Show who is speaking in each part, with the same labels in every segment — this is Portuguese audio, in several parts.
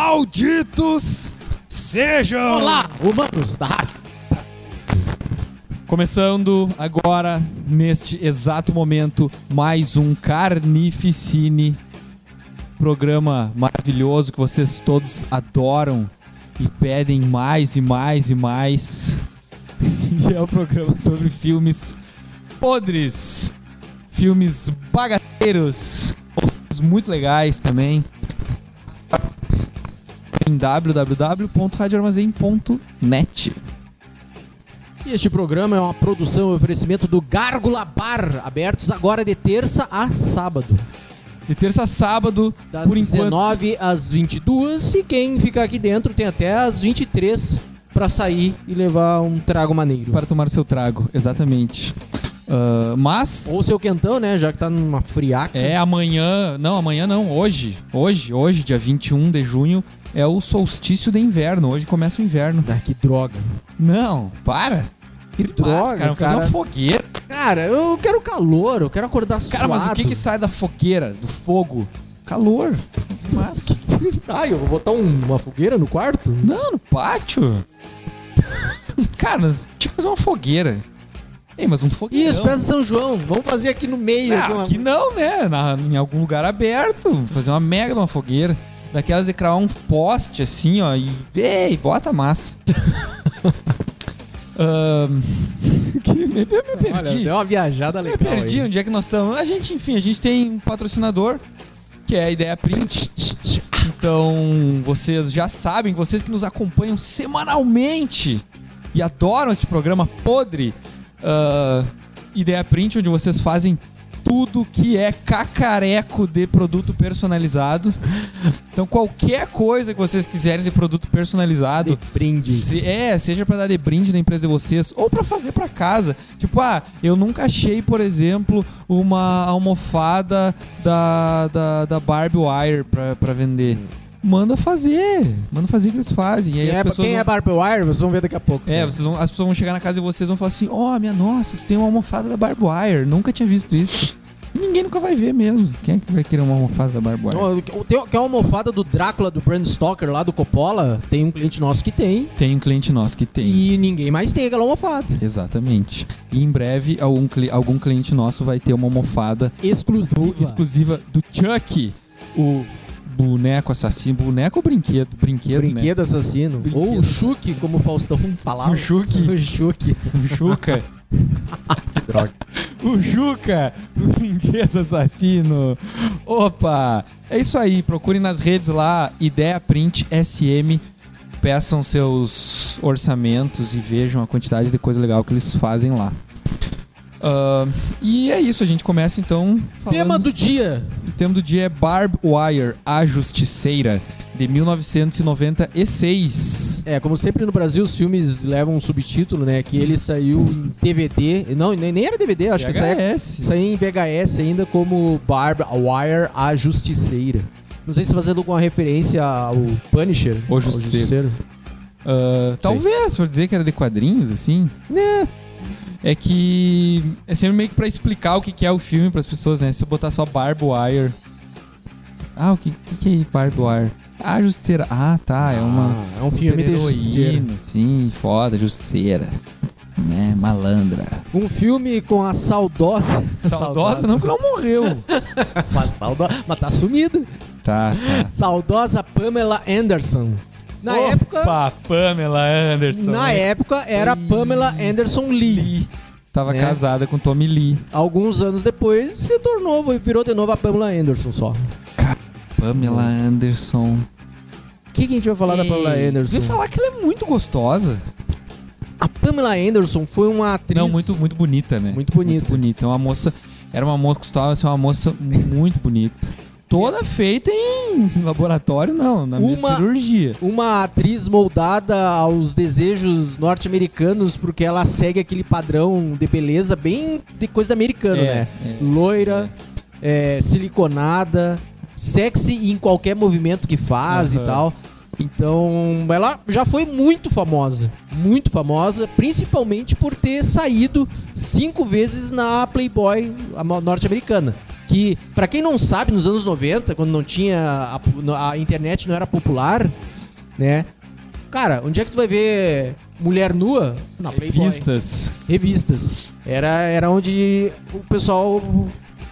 Speaker 1: Malditos sejam!
Speaker 2: Olá, humanos da rádio.
Speaker 1: Começando agora, neste exato momento, mais um Carnificine. Programa maravilhoso que vocês todos adoram e pedem mais e mais e mais. E é o programa sobre filmes podres, filmes bagateiros, filmes muito legais também. Em www.radioarmazém.net.
Speaker 2: E Este programa é uma produção e oferecimento do Gárgula Bar, abertos agora de terça a sábado,
Speaker 1: De terça a sábado,
Speaker 2: das
Speaker 1: por enquanto.
Speaker 2: 19 às 22 e quem ficar aqui dentro tem até às 23 pra sair e levar um trago maneiro.
Speaker 1: para tomar o seu trago, exatamente. Ah, mas
Speaker 2: Ou seu quentão, né, já que tá numa friaca.
Speaker 1: é amanhã, não, amanhã não, hoje, hoje, hoje, dia 21 de junho, é o solstício de inverno, hoje começa o inverno.
Speaker 2: Ah, que droga.
Speaker 1: Não, para.
Speaker 2: Que
Speaker 1: Passa,
Speaker 2: droga,
Speaker 1: cara, vamos fazer um uma
Speaker 2: cara.
Speaker 1: fogueira.
Speaker 2: Cara, eu quero calor, eu quero acordar
Speaker 1: Cara,
Speaker 2: suado.
Speaker 1: mas o que que sai da fogueira, do fogo? Calor. Mas Ah,
Speaker 2: Ai, eu vou botar um- uma fogueira no quarto?
Speaker 1: não, no pátio. cara, nós tinha que fazer uma fogueira. Ei, mas um fogueirão.
Speaker 2: Isso, peça São João. Vamos fazer aqui no meio. aqui
Speaker 1: Não,
Speaker 2: uma-
Speaker 1: Ah, aqui não, né? Na- em algum lugar aberto, fazer uma mega de uma fogueira. Daquelas de cravar um poste assim, ó, e. Ei, bota a massa. Ahn, que- eu me
Speaker 2: Olha,
Speaker 1: perdi.
Speaker 2: deu uma viajada
Speaker 1: eu me
Speaker 2: legal.
Speaker 1: perdi
Speaker 2: aí.
Speaker 1: onde é que nós estamos. A gente, enfim, a gente tem um patrocinador, que é a Ideia Print. Então, vocês já sabem, vocês que nos acompanham semanalmente e adoram este programa podre, ah, Ideia Print, onde vocês fazem tudo que é cacareco de produto personalizado. Então, qualquer coisa que vocês quiserem de produto personalizado,
Speaker 2: De brindes.
Speaker 1: se- é, seja pra dar de brinde na empresa de vocês ou pra fazer pra casa. Tipo, ah, eu nunca achei, por exemplo, uma almofada da, da, da Barbie Wire pra, pra vender. Manda fazer. Manda fazer o que eles fazem. E aí
Speaker 2: Hum. Quem,
Speaker 1: as
Speaker 2: é,
Speaker 1: pessoas
Speaker 2: quem é
Speaker 1: vão...
Speaker 2: Barbie Wire, vocês vão ver daqui a pouco.
Speaker 1: É, vocês vão- as pessoas vão chegar na casa de vocês e vão falar assim: Ó, minha nossa, tu tem uma almofada da Barbie Wire. Nunca tinha visto isso. Ninguém nunca vai ver mesmo. Quem é que vai querer uma almofada da Barbie Wire?
Speaker 2: Ó, o- Tem, tem uma almofada do Drácula, do Brand Stoker lá do Coppola. Tem um cliente nosso que tem.
Speaker 1: Tem um cliente nosso que tem.
Speaker 2: E ninguém mais tem aquela almofada.
Speaker 1: Exatamente. E em breve, algum, cli- algum cliente nosso vai ter uma almofada do-
Speaker 2: Exclusiva.
Speaker 1: exclusiva do Chuck, o boneco assassino. Boneco ou brinquedo? Brinquedo, né?
Speaker 2: Brinquedo assassino.
Speaker 1: Brinquedo
Speaker 2: Ou o Chuck, como o Faustão falava.
Speaker 1: O Chuck,
Speaker 2: O Chuck.
Speaker 1: o Juca. Droga. O Juca, o brinquedo assassino. Opa! É isso aí, procurem nas redes lá, Ideia Print SM. Peçam seus orçamentos e vejam a quantidade de coisa legal que eles fazem lá. Ah, e é isso, a gente começa então falando...
Speaker 2: Tema do dia.
Speaker 1: O tema do dia é Barb Wire, a Justiceira, de 1996.
Speaker 2: É, como sempre no Brasil, os filmes levam um subtítulo, né? Que ele saiu em DVD. Não, nem nem era DVD, acho que saiu
Speaker 1: VHS.
Speaker 2: Isso aí em VHS ainda como Barb Wire a Justiceira. Não sei se tá fazendo alguma referência ao Punisher.
Speaker 1: O
Speaker 2: ao
Speaker 1: Justiceiro. Ah, talvez, pra dizer que era de quadrinhos, assim.
Speaker 2: Né.
Speaker 1: É. É que é sempre meio que pra explicar o que que é o filme pras pessoas, né? Se eu botar só Barb Wire. Ah, o que, que que é Barb Wire? Ah, Justiceira. Ah, tá, é uma.
Speaker 2: Ah, é um filme de
Speaker 1: super-heroína,
Speaker 2: Justiceira.
Speaker 1: Sim, foda, Justiceira. É, malandra.
Speaker 2: Um filme com a saudosa.
Speaker 1: Saudosa, não que não morreu.
Speaker 2: Mas, saudo... Mas tá sumida.
Speaker 1: Tá, tá.
Speaker 2: Saudosa Pamela Anderson. Na
Speaker 1: Opa,
Speaker 2: época.
Speaker 1: Oh, Pamela Anderson.
Speaker 2: Na
Speaker 1: hein?
Speaker 2: época era
Speaker 1: Ih.
Speaker 2: Pamela Anderson Lee.
Speaker 1: Lee. Tava
Speaker 2: Né?
Speaker 1: casada com Tommy Lee.
Speaker 2: Alguns anos depois se tornou, virou de novo a Pamela Anderson só.
Speaker 1: Pamela Anderson.
Speaker 2: O que, que a gente vai falar da Pamela
Speaker 1: Ei,
Speaker 2: Anderson?
Speaker 1: Vim falar que ela é muito gostosa.
Speaker 2: A Pamela Anderson foi uma atriz.
Speaker 1: Não, muito, muito bonita, né?
Speaker 2: Muito bonita.
Speaker 1: Muito bonita. É uma moça... Era uma moça, costumava ser uma moça muito bonita. Toda feita em laboratório, não. Na minha
Speaker 2: Uma-
Speaker 1: cirurgia.
Speaker 2: Uma atriz moldada aos desejos norte-americanos, porque ela segue aquele padrão de beleza bem de coisa americana,
Speaker 1: É,
Speaker 2: né? Loira, é, siliconada, sexy em qualquer movimento que faz
Speaker 1: Aham.
Speaker 2: e tal. Então, ela já foi muito famosa. Muito famosa, principalmente por ter saído cinco vezes na Playboy a mo- norte-americana. que, pra quem não sabe, nos anos 90, quando não tinha a, a internet não era popular, né? Cara, onde é que tu vai ver mulher nua? Na Playboy.
Speaker 1: Vistas,
Speaker 2: Revistas. Era, era onde o pessoal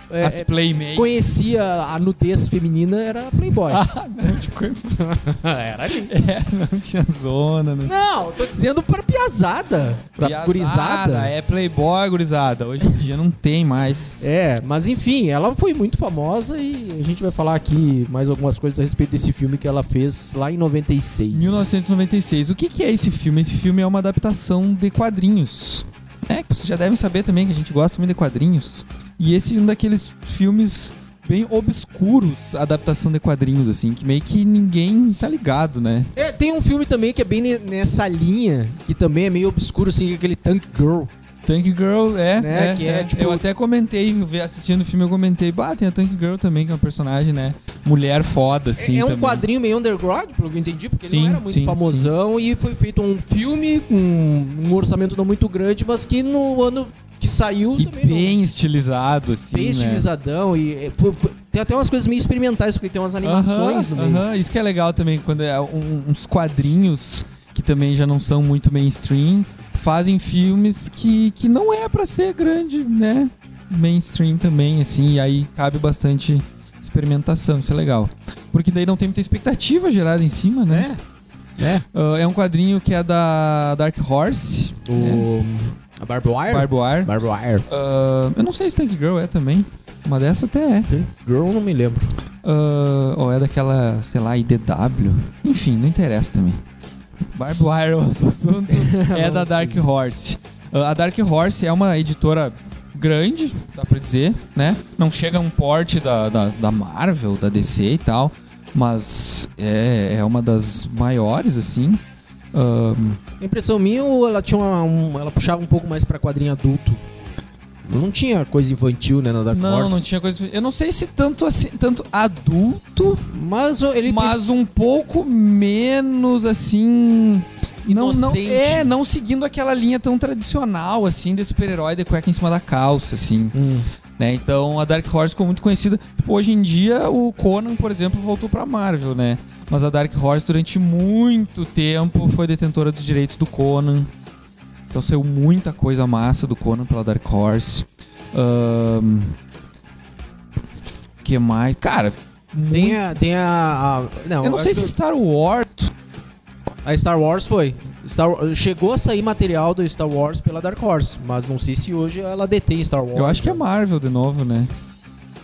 Speaker 2: é,
Speaker 1: as
Speaker 2: é,
Speaker 1: playmates.
Speaker 2: conhecia a nudez feminina, era a Playboy.
Speaker 1: Ah, não, de coisa-
Speaker 2: era ali.
Speaker 1: é, não tinha zona, né? não
Speaker 2: Não, tô dizendo pra piazada. Pra
Speaker 1: Piazada,
Speaker 2: gurizada.
Speaker 1: É Playboy, gurizada. Hoje em dia não tem mais.
Speaker 2: É, mas enfim, ela foi muito famosa e a gente vai falar aqui mais algumas coisas a respeito desse filme que ela fez lá em 96.
Speaker 1: 1996. O que, que é esse filme? Esse filme é uma adaptação de quadrinhos. É, que vocês já devem saber também que a gente gosta muito de quadrinhos. E esse é um daqueles filmes bem obscuros, adaptação de quadrinhos, assim, que meio que ninguém tá ligado, né?
Speaker 2: É, tem um filme também que é bem ne- nessa linha, que também é meio obscuro, assim, que é aquele Tank Girl.
Speaker 1: Tank Girl é,
Speaker 2: Né,
Speaker 1: é,
Speaker 2: que é,
Speaker 1: é.
Speaker 2: tipo-
Speaker 1: Eu até comentei, vi- assistindo o filme, eu comentei, bah, tem a Tank Girl também, que é um personagem, né? Mulher foda,
Speaker 2: É-
Speaker 1: assim.
Speaker 2: é um
Speaker 1: também.
Speaker 2: quadrinho meio underground, pelo que eu entendi, porque ele
Speaker 1: Sim,
Speaker 2: não era muito
Speaker 1: sim,
Speaker 2: famosão e foi feito um filme com um orçamento não muito grande, mas que no ano que saiu
Speaker 1: E
Speaker 2: também não-
Speaker 1: bem estilizado, assim.
Speaker 2: bem
Speaker 1: né?
Speaker 2: estilizadão e é, foi- foi- tem até umas coisas meio experimentais, porque tem umas animações
Speaker 1: Aham,
Speaker 2: no meio.
Speaker 1: aham, Isso que é legal também, quando é um- uns quadrinhos que também já não são muito mainstream, fazem filmes que, que não é pra ser grande, né? Mainstream também, assim, e aí cabe bastante experimentação, isso é legal. Porque daí não tem muita expectativa gerada em cima, né?
Speaker 2: É.
Speaker 1: Ah, é um quadrinho que é da Dark Horse,
Speaker 2: O.
Speaker 1: É.
Speaker 2: A Barbed Wire?
Speaker 1: Barbo Ar.
Speaker 2: Barbed Wire.
Speaker 1: Ah, eu não sei se Tank Girl é também. Uma dessa até é.
Speaker 2: Tank Girl, não me lembro.
Speaker 1: Ah, ou é daquela, sei lá, IDW. Enfim, não interessa também. Barbed Wire, o assunto é da Dark Horse. Ah, a Dark Horse é uma editora grande, dá pra dizer, né? Não chega a um porte da, da, da Marvel, da DC e tal, mas é, é uma das maiores, assim. Ah,
Speaker 2: A impressão minha ou ela tinha uma, um- ela puxava um pouco mais pra quadrinho adulto? Não tinha coisa infantil, né, na Dark
Speaker 1: não,
Speaker 2: Horse.
Speaker 1: não tinha coisa. Eu não sei se tanto assim, tanto adulto,
Speaker 2: Mas o- ele
Speaker 1: mas um pouco menos assim. Não, não,
Speaker 2: Inocente.
Speaker 1: é, não seguindo aquela linha tão tradicional, assim, de super-herói de cueca em cima da calça, assim,
Speaker 2: Hum.
Speaker 1: né? Então a Dark Horse ficou muito conhecida. Tipo, hoje em dia, o Conan, por exemplo, voltou pra Marvel, né? Mas a Dark Horse, durante muito tempo, foi detentora dos direitos do Conan. Então saiu muita coisa massa do Conan pela Dark Horse. Ahn, que mais? Cara,
Speaker 2: Tem a. Tem a, a- não,
Speaker 1: eu não sei
Speaker 2: acho
Speaker 1: se Star Wars
Speaker 2: que A Star Wars foi. Star, Wa- chegou a sair material do Star Wars pela Dark Horse, mas não sei se hoje ela detém Star Wars.
Speaker 1: Eu acho que é
Speaker 2: né?
Speaker 1: Marvel de novo, né?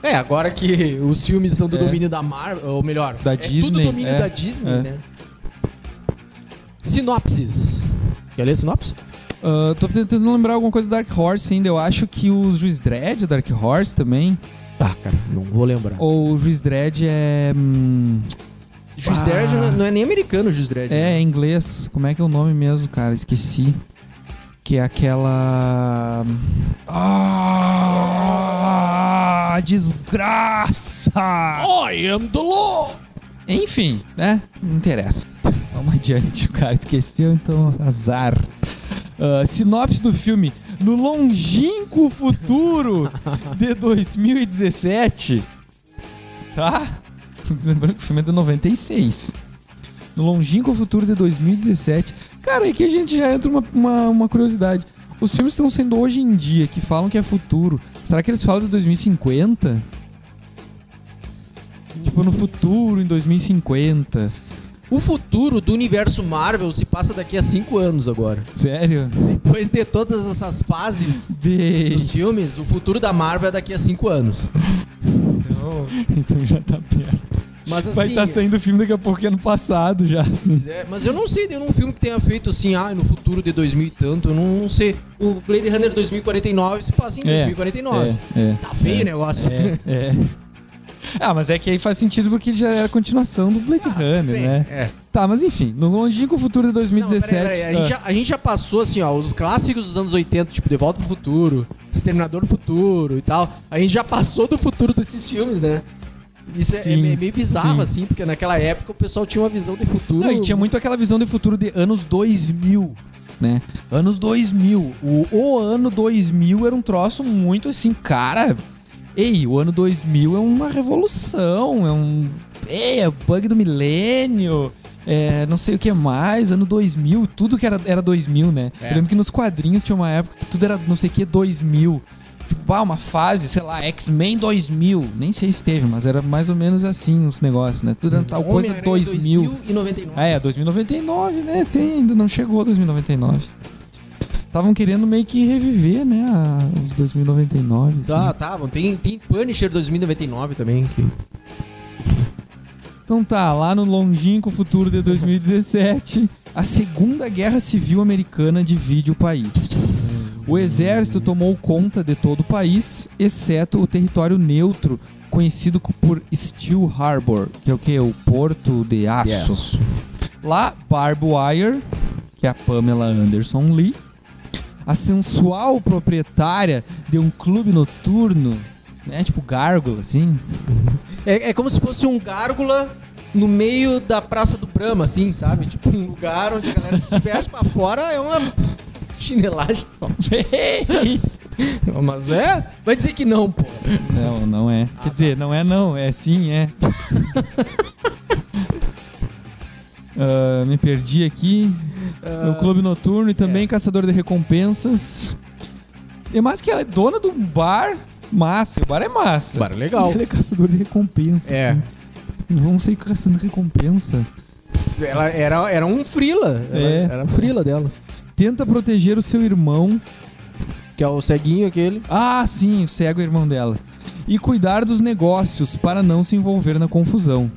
Speaker 2: É, agora que os filmes são do
Speaker 1: É.
Speaker 2: domínio da Marvel, ou melhor,
Speaker 1: Da
Speaker 2: é tudo
Speaker 1: Disney,
Speaker 2: domínio
Speaker 1: é,
Speaker 2: da Disney,
Speaker 1: é.
Speaker 2: né? Sinopses. Quer ler a sinopse?
Speaker 1: Ah, tô tentando lembrar alguma coisa da Dark Horse ainda. Eu acho que o Juiz Dredd é Dark Horse também.
Speaker 2: Tá, cara, não vou lembrar.
Speaker 1: Ou o Juiz Dredd é. hum,
Speaker 2: Juiz
Speaker 1: Ah.
Speaker 2: Dredd não é- não é nem americano, Juiz Dredd. né?
Speaker 1: é, em inglês. Como é que é o nome mesmo, cara? Esqueci. Que é aquela. hum, Ah! Desgraça!
Speaker 2: I am the law!
Speaker 1: Enfim, né? Não interessa. Vamos adiante, o cara esqueceu, então azar. Ah, sinopse do filme. No longínquo futuro de 2017. Tá? Lembrando que o filme é de 96. No longínquo futuro de 2017. Cara, aqui a gente já entra uma, uma, uma curiosidade. Os filmes que estão sendo hoje em dia, que falam que é futuro. Será que eles falam de 2050? Tipo, no futuro, em 2050.
Speaker 2: O futuro do universo Marvel se passa daqui a 5 anos agora.
Speaker 1: Sério?
Speaker 2: Depois de todas essas fases
Speaker 1: Beijo.
Speaker 2: dos filmes, o futuro da Marvel é daqui a 5 anos.
Speaker 1: Então já tá perto.
Speaker 2: Mas assim.
Speaker 1: Vai tá estar saindo o filme daqui a pouco, que é ano passado já, assim.
Speaker 2: é, mas eu não sei de nenhum filme que tenha feito assim, ah, no futuro de 2000 e tanto, eu não, não sei. O Blade Runner 2049 se passa em
Speaker 1: É,
Speaker 2: 2049.
Speaker 1: é.
Speaker 2: Tá feio
Speaker 1: É.
Speaker 2: o negócio. É,
Speaker 1: É. Ah, mas é que aí faz sentido porque já era a continuação do Blade Runner, né?
Speaker 2: É.
Speaker 1: Tá, mas enfim, no longínquo futuro de
Speaker 2: Não, peraí,
Speaker 1: 2017.
Speaker 2: peraí, A, gente
Speaker 1: Ah,
Speaker 2: já, a gente já passou assim, ó, os clássicos dos anos 80, tipo De Volta pro Futuro, Exterminador do Futuro e tal. A gente já passou do futuro desses filmes, né? Isso é- é,
Speaker 1: Sim,
Speaker 2: meio- meio bizarro,
Speaker 1: sim.
Speaker 2: assim, porque naquela época o pessoal tinha uma visão de futuro.
Speaker 1: Não, e tinha muito aquela visão de futuro de anos 2000, né? Anos 2000. O, o ano 2000 era um troço muito assim, cara. Ei, o ano 2000 é uma revolução, é um. Ei, é bug do milênio. É, não sei o que mais, ano 2000, tudo que era, era 2000, né?
Speaker 2: É.
Speaker 1: Eu lembro que nos quadrinhos tinha uma época que tudo era não sei o que 2000. Tipo, ah, uma fase, sei lá, X-Men 2000. Nem sei se teve, mas era mais ou menos assim os negócios, né? Tudo era tal coisa 2000.
Speaker 2: 2099.
Speaker 1: É, 2099, né? Tem, ainda não chegou 2099. Estavam querendo meio que reviver, né? a- os 2099. assim.
Speaker 2: Tá, tá, bom, tem, tem Punisher 2099 também. Que...
Speaker 1: Então tá, lá no longínquo futuro de 2017, a Segunda Guerra Civil Americana divide o país. O exército tomou conta de todo o país, exceto o território neutro, conhecido co- por Steel Harbor, que é o que? O Porto de Aço. Lá, Barb Wire, que é a Pamela Anderson Lee, a sensual proprietária de um clube noturno, né? Tipo gárgula, assim.
Speaker 2: É, é como se fosse um gárgula no meio da Praça do Brahma, assim, sabe? Tipo um lugar onde a galera se diverte pra fora é uma chinelagem só. Mas é? Vai dizer que não, pô.
Speaker 1: Não, não é. Quer dizer, não é não, é sim, é. Ah, me perdi aqui. É um clube noturno e também caçador de recompensas. E mais que ela é dona de um bar massa. e O bar é massa.
Speaker 2: Bar é legal.
Speaker 1: E Ela é caçador de recompensa.
Speaker 2: É.
Speaker 1: assim. Vamos sair caçando recompensa.
Speaker 2: Ela era, era um frila. Ela-
Speaker 1: É.
Speaker 2: Era um frila dela.
Speaker 1: Tenta proteger o seu irmão.
Speaker 2: Que é o ceguinho aquele.
Speaker 1: Ah, sim, o cego é irmão dela. E cuidar dos negócios para não se envolver na confusão.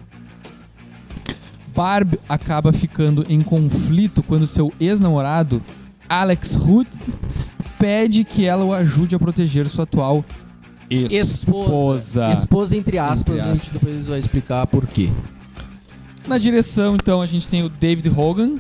Speaker 1: Barb acaba ficando em conflito quando seu ex-namorado, Alex Hood, pede que ela o ajude a proteger sua atual esposa.
Speaker 2: Esposa, entre aspas,
Speaker 1: Entre
Speaker 2: a gente depois vai explicar por quê.
Speaker 1: Na direção, então, a gente tem o David Hogan.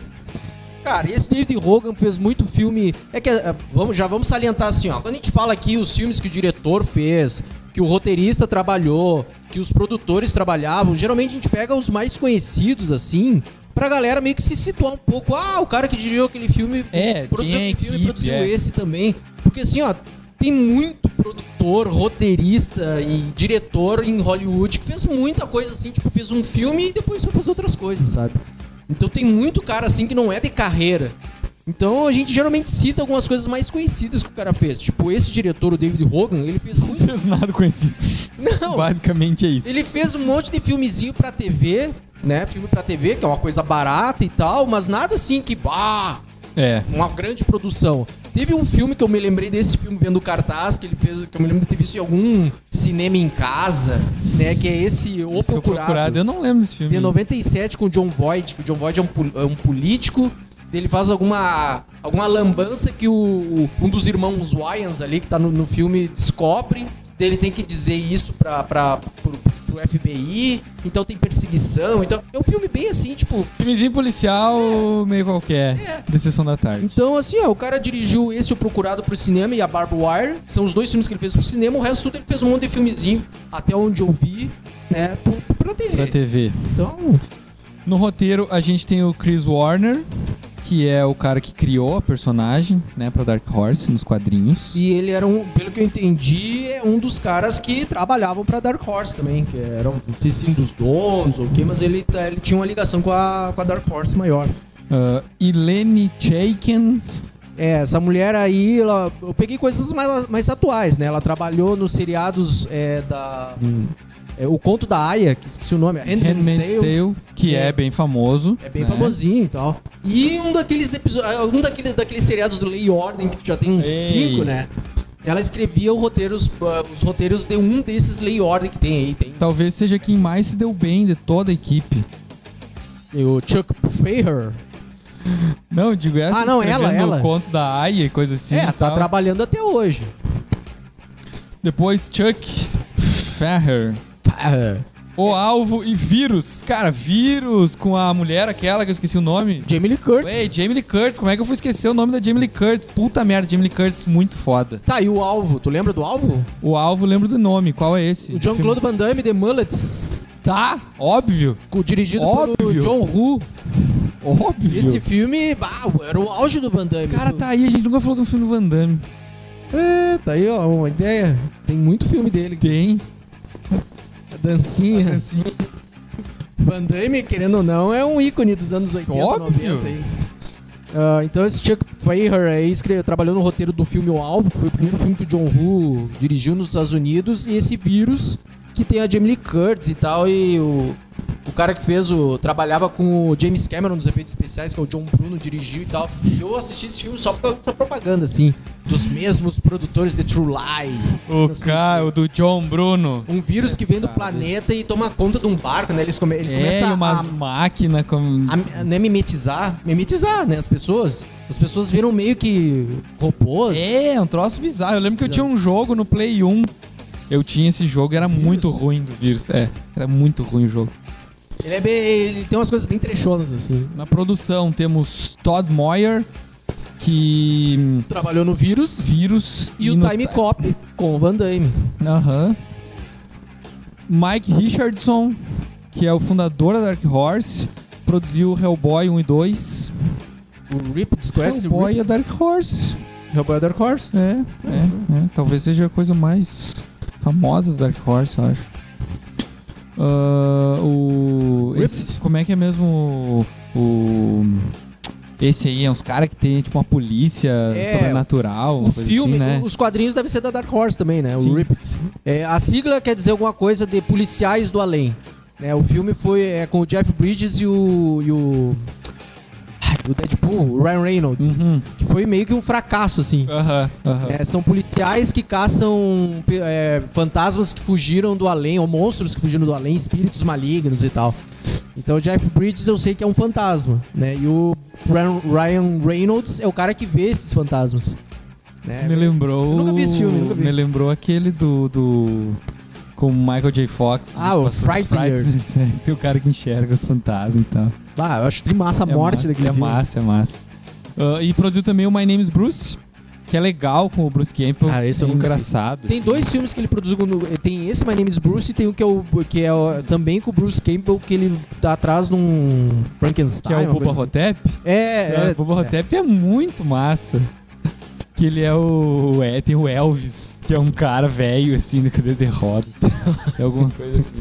Speaker 2: Cara, esse David Hogan fez muito filme. É que é, vamos, já vamos salientar assim, ó. Quando a gente fala aqui os filmes que o diretor fez, que o roteirista trabalhou, que os produtores trabalhavam, geralmente a gente pega os mais conhecidos assim, pra galera meio que se situar um pouco. Ah, o cara que dirigiu aquele filme,
Speaker 1: É,
Speaker 2: produziu
Speaker 1: tem
Speaker 2: aquele filme,
Speaker 1: equipe,
Speaker 2: produziu
Speaker 1: é.
Speaker 2: esse também. Porque assim, ó, tem muito produtor, roteirista e diretor em Hollywood que fez muita coisa assim, tipo, fez um filme e depois foi fazer outras coisas, sabe? Então tem muito cara assim que não é de carreira. Então a gente geralmente cita algumas coisas mais conhecidas que o cara fez. Tipo, esse diretor, o David Hogan, ele fez
Speaker 1: Não
Speaker 2: muito.
Speaker 1: fez nada conhecido.
Speaker 2: Não!
Speaker 1: Basicamente é isso.
Speaker 2: Ele fez um monte de filmezinho pra TV, né? Filme pra TV, que é uma coisa barata e tal, mas nada assim que, bah,
Speaker 1: É.
Speaker 2: uma grande produção. Teve um filme que eu me lembrei desse filme vendo o cartaz, que ele fez, que eu me lembro de ter visto em algum cinema em casa, né? Que é esse O
Speaker 1: Se eu
Speaker 2: Procurado. é um
Speaker 1: Eu não lembro desse filme.
Speaker 2: De 97 com o John Voight, que o John Voight é um, pol- é um político. Ele faz alguma, alguma lambança que o, um dos irmãos Wyans ali, que tá no, no filme, descobre. Daí Ele tem que dizer isso pra, pra, pro, pro FBI. Então tem perseguição. Então é um filme bem assim, tipo,
Speaker 1: Filmezinho policial, meio qualquer.
Speaker 2: É.
Speaker 1: De sessão da tarde.
Speaker 2: Então, assim, ó, o cara dirigiu esse O Procurado pro cinema e a Barb Wire, que são os dois filmes que ele fez pro cinema, o resto tudo ele fez um monte de filmezinho, até onde eu vi, né, pro- pra TV.
Speaker 1: Pra TV.
Speaker 2: Então,
Speaker 1: No roteiro, a gente tem o Chris Warner, que é o cara que criou a personagem, né, pra Dark Horse nos quadrinhos.
Speaker 2: e ele era um, pelo que eu entendi, é um dos caras que trabalhavam pra Dark Horse também, que era, um, não sei se um dos donos ou o quê, mas ele, tá- ele tinha uma ligação com a, com a Dark Horse maior.
Speaker 1: Ah, Eleni Chaiken,
Speaker 2: É, essa mulher aí, ela, eu peguei coisas mais, mais atuais, né? Ela trabalhou nos seriados é, da. é, o Conto da Aya, que esqueci o nome, é Handmaid's
Speaker 1: Hum. Handmaid's
Speaker 2: Tale.
Speaker 1: Tale, que é.
Speaker 2: É.
Speaker 1: bem famoso.
Speaker 2: É bem
Speaker 1: né?
Speaker 2: famosinho e tal. E um daqueles episódios. Um daqueles, daqueles seriados do Lei e Ordem, que já tem uns
Speaker 1: Ei.
Speaker 2: cinco, né? Ela escrevia os roteiros, ah, os roteiros de um desses Lei e Ordem que tem aí. Tem uns-
Speaker 1: Talvez seja quem mais se deu bem de toda a equipe.
Speaker 2: tem o Chuck Fair.
Speaker 1: Não, eu digo essa.
Speaker 2: Ah, não, ela,
Speaker 1: escrevendo
Speaker 2: ela.
Speaker 1: O conto da Aya e coisa assim.
Speaker 2: é,
Speaker 1: e
Speaker 2: tá
Speaker 1: tal.
Speaker 2: trabalhando até hoje.
Speaker 1: Depois Chuck Ferrer.
Speaker 2: Tá.
Speaker 1: O Alvo e Vírus. Cara, Vírus com a mulher aquela que eu esqueci o nome.
Speaker 2: Jamie Lee Curtis.
Speaker 1: Ei, Jamie Lee Curtis. Como é que eu fui esquecer o nome da Jamie Lee Curtis? Puta merda, Jamie Lee Curtis, muito foda.
Speaker 2: Tá, e o Alvo? Tu lembra do Alvo?
Speaker 1: O Alvo, lembro do nome. Qual é esse?
Speaker 2: O John
Speaker 1: Filme-
Speaker 2: Claude Van Damme, The Mullets,
Speaker 1: Tá, óbvio.
Speaker 2: co- dirigido
Speaker 1: Óbvio.
Speaker 2: pelo John Woo.
Speaker 1: Óbvio.
Speaker 2: Esse filme, bah, era o auge do Van Damme.
Speaker 1: cara
Speaker 2: Do-
Speaker 1: tá aí, a gente nunca falou de um filme do Van Damme.
Speaker 2: É, tá aí, ó, uma ideia. Tem muito filme dele.
Speaker 1: Tem.
Speaker 2: A dancinha. Van Damme, querendo ou não, é um ícone dos anos 80,
Speaker 1: Óbvio.
Speaker 2: 90 aí. Ah, então esse Chuck Faher aí escreve- trabalhou no roteiro do filme O Alvo, que foi o primeiro filme que o John Woo dirigiu nos Estados Unidos, e esse vírus que tem a Jamie Lee Curtis e tal, e o, o cara que fez o... trabalhava com o James Cameron nos efeitos especiais, que é o John Bruno, dirigiu e tal. E eu assisti esse filme só por causa dessa propaganda, assim, dos mesmos produtores de True Lies,
Speaker 1: O
Speaker 2: Assim,
Speaker 1: cara, o do John Bruno.
Speaker 2: um vírus que vem do
Speaker 1: Sabe.
Speaker 2: planeta e toma conta de um barco, né? Eles come- ele
Speaker 1: É,
Speaker 2: começa
Speaker 1: e umas
Speaker 2: a,
Speaker 1: máquinas com...
Speaker 2: a- não é mimetizar, mimetizar, né? As pessoas. As pessoas viram meio que robôs.
Speaker 1: É, um troço bizarro. Eu lembro que eu tinha um jogo no Play 1. Eu tinha esse jogo, era
Speaker 2: Vírus?
Speaker 1: muito ruim do vírus. É, era muito ruim o jogo.
Speaker 2: Ele, é bem- ele tem umas coisas bem trechonas, assim.
Speaker 1: Na produção temos Todd Moyer, que. hum,
Speaker 2: Trabalhou no vírus
Speaker 1: Vírus.
Speaker 2: e, o
Speaker 1: no
Speaker 2: Time Cop com o Van Damme.
Speaker 1: Aham. Mike Richardson, que é o fundador da Dark Horse, produziu Hellboy 1 e 2.
Speaker 2: O Rip Desquest.
Speaker 1: Hellboy é Dark Horse.
Speaker 2: Hellboy Dark Horse.
Speaker 1: É, é, é. Talvez seja a coisa mais famosa do Dark Horse, eu acho. Ah, o.
Speaker 2: Ripped.
Speaker 1: esse- como é que é mesmo o. o- esse aí é uns caras que tem tipo uma polícia
Speaker 2: É,
Speaker 1: sobrenatural. uma
Speaker 2: O
Speaker 1: coisa
Speaker 2: filme,
Speaker 1: assim, né?
Speaker 2: os quadrinhos devem ser da Dark Horse também, né?
Speaker 1: Sim.
Speaker 2: O Ripped. É, a sigla quer dizer alguma coisa de policiais do além. né? o filme foi é, com o Jeff Bridges e o. E o, Ai, o Deadpool, o Ryan Reynolds.
Speaker 1: Uhum.
Speaker 2: Que foi meio que um fracasso, assim.
Speaker 1: Aham, aham.
Speaker 2: É, são policiais que caçam pe- é, fantasmas que fugiram do além, ou monstros que fugiram do além, espíritos malignos e tal. Então o Jeff Bridges eu sei que é um fantasma, né? E o Ryan- Ryan Reynolds é o cara que vê esses fantasmas. né?
Speaker 1: É, Me lembrou.
Speaker 2: Eu nunca vi esse filme, nunca vi.
Speaker 1: Me lembrou aquele do. do com o Michael J. Fox.
Speaker 2: Ah, o Frighteners.
Speaker 1: Frighteners, é. Tem o cara que enxerga os fantasmas e tal.
Speaker 2: Ah, eu acho que massa a
Speaker 1: É
Speaker 2: morte
Speaker 1: massa,
Speaker 2: daquele
Speaker 1: É
Speaker 2: filme.
Speaker 1: massa, é massa. Ah, e produziu também o My Name is Bruce, que é legal com o Bruce Campbell.
Speaker 2: Ah, esse eu
Speaker 1: é
Speaker 2: nunca vi.
Speaker 1: engraçado.
Speaker 2: Tem
Speaker 1: assim.
Speaker 2: dois filmes que ele produziu. no- Tem esse My Name is Bruce e tem o que é, o, que é o- também com o Bruce Campbell, que ele tá atrás num
Speaker 1: Que
Speaker 2: Frankenstein.
Speaker 1: é
Speaker 2: uma
Speaker 1: o Boba
Speaker 2: coisa assim.
Speaker 1: Hotep.
Speaker 2: É,
Speaker 1: É,
Speaker 2: é,
Speaker 1: o Boba Hotep é muito massa. Que ele é o. É, tem o Elvis, que é um cara velho, assim, no cabelo de roda. é alguma coisa assim.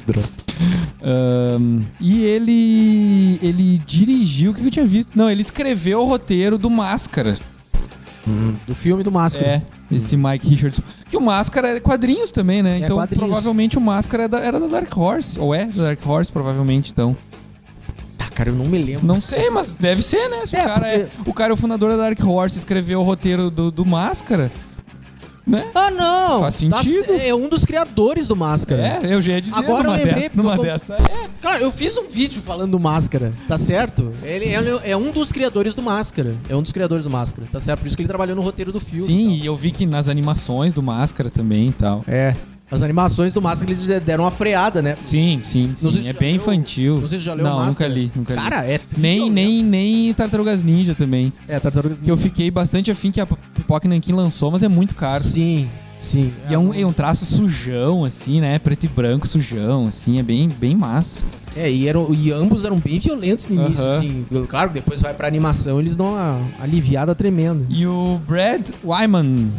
Speaker 1: Ahn, e ele. Ele dirigiu. O que eu tinha visto? Não, ele escreveu o roteiro do Máscara.
Speaker 2: do filme do Máscara.
Speaker 1: É, esse Mike Richardson. Que o Máscara é quadrinhos também, né?
Speaker 2: Hum. É
Speaker 1: então,
Speaker 2: quadrinhos.
Speaker 1: provavelmente o Máscara é da- era da Dark Horse. Ou é da Dark Horse, provavelmente, então.
Speaker 2: Ah, cara, eu não me lembro.
Speaker 1: Não sei, mas deve ser, né? Se
Speaker 2: É,
Speaker 1: o, cara
Speaker 2: porque-
Speaker 1: é, o cara é o fundador da Dark Horse, escreveu o roteiro do, do Máscara, né?
Speaker 2: Ah, não!
Speaker 1: Faz
Speaker 2: Tá
Speaker 1: sentido.
Speaker 2: c- é um dos criadores do Máscara.
Speaker 1: É, eu já ia dizer
Speaker 2: Agora eu
Speaker 1: numa
Speaker 2: lembrei,
Speaker 1: dessa.
Speaker 2: porque eu
Speaker 1: Numa
Speaker 2: tô-
Speaker 1: dessa é.
Speaker 2: Claro, eu fiz um vídeo falando do Máscara, tá certo? Ele é, é um dos criadores do Máscara. É um dos criadores do Máscara, tá certo? Por isso que ele trabalhou no roteiro do filme.
Speaker 1: É, Sim,
Speaker 2: e
Speaker 1: e eu vi que nas animações do Máscara também e tal.
Speaker 2: tal. É. As animações do Máscara eles deram uma freada, né?
Speaker 1: Sim, sim,
Speaker 2: Não sei
Speaker 1: sim.
Speaker 2: se
Speaker 1: É
Speaker 2: já
Speaker 1: bem
Speaker 2: leu-
Speaker 1: infantil.
Speaker 2: Não sei se já leu
Speaker 1: Não,
Speaker 2: Máscara.
Speaker 1: nunca li, nunca li.
Speaker 2: Cara, é tri-
Speaker 1: nem, nem, nem Tartarugas Ninja também.
Speaker 2: É, Tartarugas
Speaker 1: Que eu fiquei bastante afim que a Pipoca Nankin lançou, mas é muito caro.
Speaker 2: Sim, sim.
Speaker 1: E é um, é um traço sujão, assim, né? Preto e branco sujão, assim, é bem, bem massa.
Speaker 2: É, e, eram, e ambos eram bem violentos no início,
Speaker 1: Aham.
Speaker 2: assim. Claro que depois vai pra animação, eles dão uma aliviada tremenda.
Speaker 1: E o Brad Wyman,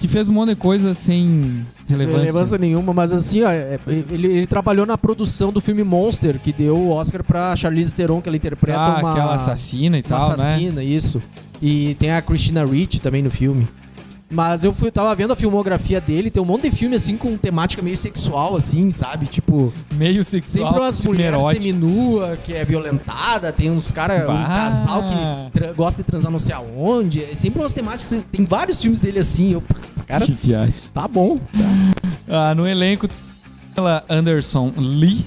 Speaker 1: que fez um monte de coisa sem relevância.
Speaker 2: nenhuma, mas assim, ó, é- ele, ele trabalhou na produção do filme Monster, que deu o Oscar pra Charlize Theron, que ela interpreta
Speaker 1: Ah,
Speaker 2: uma,
Speaker 1: aquela assassina e
Speaker 2: uma
Speaker 1: tal, né?
Speaker 2: assassina, isso. E tem a Christina Ricci também no filme. Mas eu fui, tava vendo a filmografia dele, tem um monte de filme assim com temática meio sexual, assim, sabe? Tipo,
Speaker 1: Meio
Speaker 2: sempre
Speaker 1: sexual,
Speaker 2: umas
Speaker 1: filme
Speaker 2: mulheres
Speaker 1: erótico.
Speaker 2: seminua que é violentada, tem uns caras, um
Speaker 1: Bah.
Speaker 2: casal que tra- gosta de transar não sei aonde. É sempre umas temáticas, tem vários filmes dele assim. Eu, cara,
Speaker 1: Que viagem.
Speaker 2: tá bom.
Speaker 1: Ah, no elenco, ela Anderson Lee,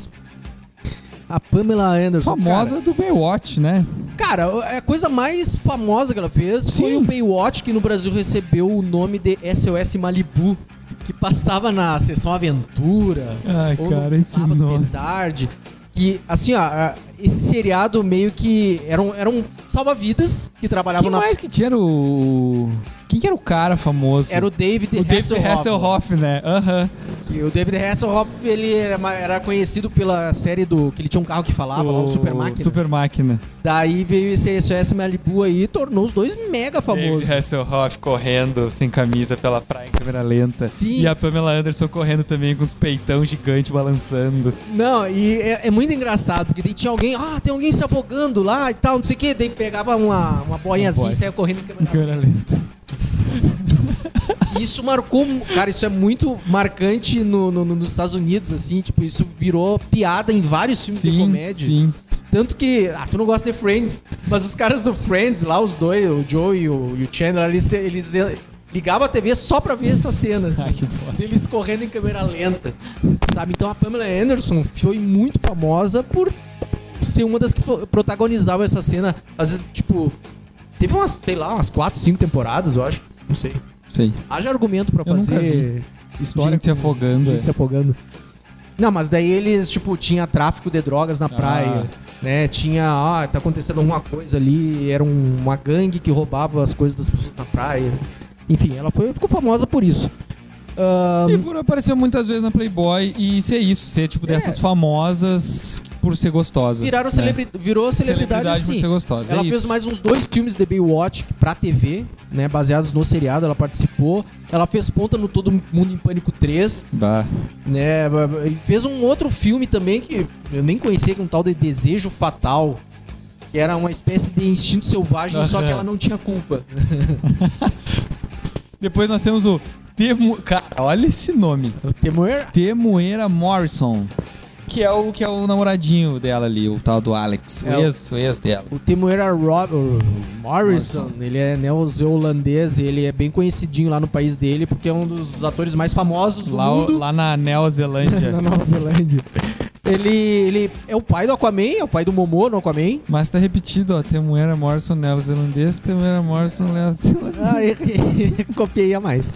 Speaker 2: A Pamela Anderson.
Speaker 1: famosa do Baywatch, né?
Speaker 2: Cara, cara, a coisa mais famosa que ela fez foi
Speaker 1: Sim.
Speaker 2: o Baywatch, que no Brasil recebeu o nome de SOS Malibu, que passava na sessão Aventura.
Speaker 1: Ai,
Speaker 2: ou
Speaker 1: cara,
Speaker 2: no
Speaker 1: esse
Speaker 2: sábado de
Speaker 1: nome.
Speaker 2: tarde. Que, assim, ó, a- esse seriado meio que eram, eram um salva-vidas que trabalhavam
Speaker 1: Quem
Speaker 2: na.
Speaker 1: mais que é tinha era o... Quem que era o cara famoso?
Speaker 2: Era o David
Speaker 1: O David
Speaker 2: Hasselhoff.
Speaker 1: Hasselhoff, né? Aham.
Speaker 2: Que O David Hasselhoff, ele era, ma- era conhecido pela série do. que ele tinha um carro que falava, lá, o Super Máquina.
Speaker 1: Super Máquina.
Speaker 2: Daí veio esse SOS Malibu aí e tornou os dois mega famosos.
Speaker 1: David Hasselhoff correndo sem camisa pela praia em câmera lenta.
Speaker 2: Sim.
Speaker 1: E a Pamela Anderson correndo também com os peitão gigante balançando.
Speaker 2: Não, e é, é muito engraçado, porque daí tinha alguém, ah, tem alguém se afogando lá e tal, não sei o que, daí pegava uma, uma boinhazinha
Speaker 1: boia.
Speaker 2: e saia correndo em
Speaker 1: Em
Speaker 2: câmera.
Speaker 1: câmera lenta.
Speaker 2: Isso marcou, cara, isso é muito marcante no, no- no- nos Estados Unidos, assim, tipo, isso virou piada em vários filmes de comédia.
Speaker 1: sim.
Speaker 2: Tanto que, ah, tu não gosta de Friends, mas os caras do Friends, lá os dois, o Joe e o, e o Chandler, eles, eles eh, ligavam a TV só pra ver essas cenas.
Speaker 1: Ai, que foda.
Speaker 2: Eles correndo em câmera lenta. Sabe? Então a Pamela Anderson foi muito famosa por ser uma das que fo- protagonizava essa cena. Às vezes, tipo, teve umas, sei lá, umas 4, 5 temporadas, eu acho. Não sei.
Speaker 1: Sei.
Speaker 2: Haja argumento pra
Speaker 1: Eu nunca
Speaker 2: fazer história.
Speaker 1: gente se
Speaker 2: com
Speaker 1: afogando.
Speaker 2: Gente se afogando. Não, mas daí eles, tipo, tinha tráfico de drogas na praia, né? Tinha, ah, tá acontecendo alguma coisa ali, era um- uma gangue que roubava as coisas das pessoas na praia. Enfim, ela foi, ficou famosa por isso. Ahn,
Speaker 1: E por aparecer muitas vezes na Playboy e ser isso, ser tipo dessas famosas por ser gostosa.
Speaker 2: É. viraram
Speaker 1: né?
Speaker 2: celebri virou celebridade,
Speaker 1: por
Speaker 2: sim.
Speaker 1: ser gostosa.
Speaker 2: Ela
Speaker 1: é
Speaker 2: fez
Speaker 1: isso.
Speaker 2: mais uns dois filmes de Baywatch pra TV, né? Baseados no seriado, ela participou. Ela fez ponta no Todo Mundo em Pânico 3,
Speaker 1: Bah.
Speaker 2: né? E Fez um outro filme também que eu nem conhecia, que é um tal de Desejo Fatal. Que era uma espécie de instinto selvagem, só que ela não tinha culpa.
Speaker 1: Depois nós temos o Temo... Cara, olha esse nome.
Speaker 2: O Temoer
Speaker 1: Temoera Morrison. Que é o que é o namoradinho dela ali, o tal do Alex.
Speaker 2: É,
Speaker 1: o ex, o ex dela.
Speaker 2: O Temuera Rob o Morrison, ele é neozelandês, ele é bem conhecidinho lá no país dele, porque é um dos atores mais famosos do
Speaker 1: Lá,
Speaker 2: mundo
Speaker 1: lá na Neo Zelândia.
Speaker 2: na Nova Zelândia. Ele, ele é o pai do Aquaman, é o pai do Momô no Aquaman.
Speaker 1: Mas tá repetido, ó. Temoera Morrison neozelandês, Temoera Morrison neozelandês.
Speaker 2: Ah, errei. Copiei a mais.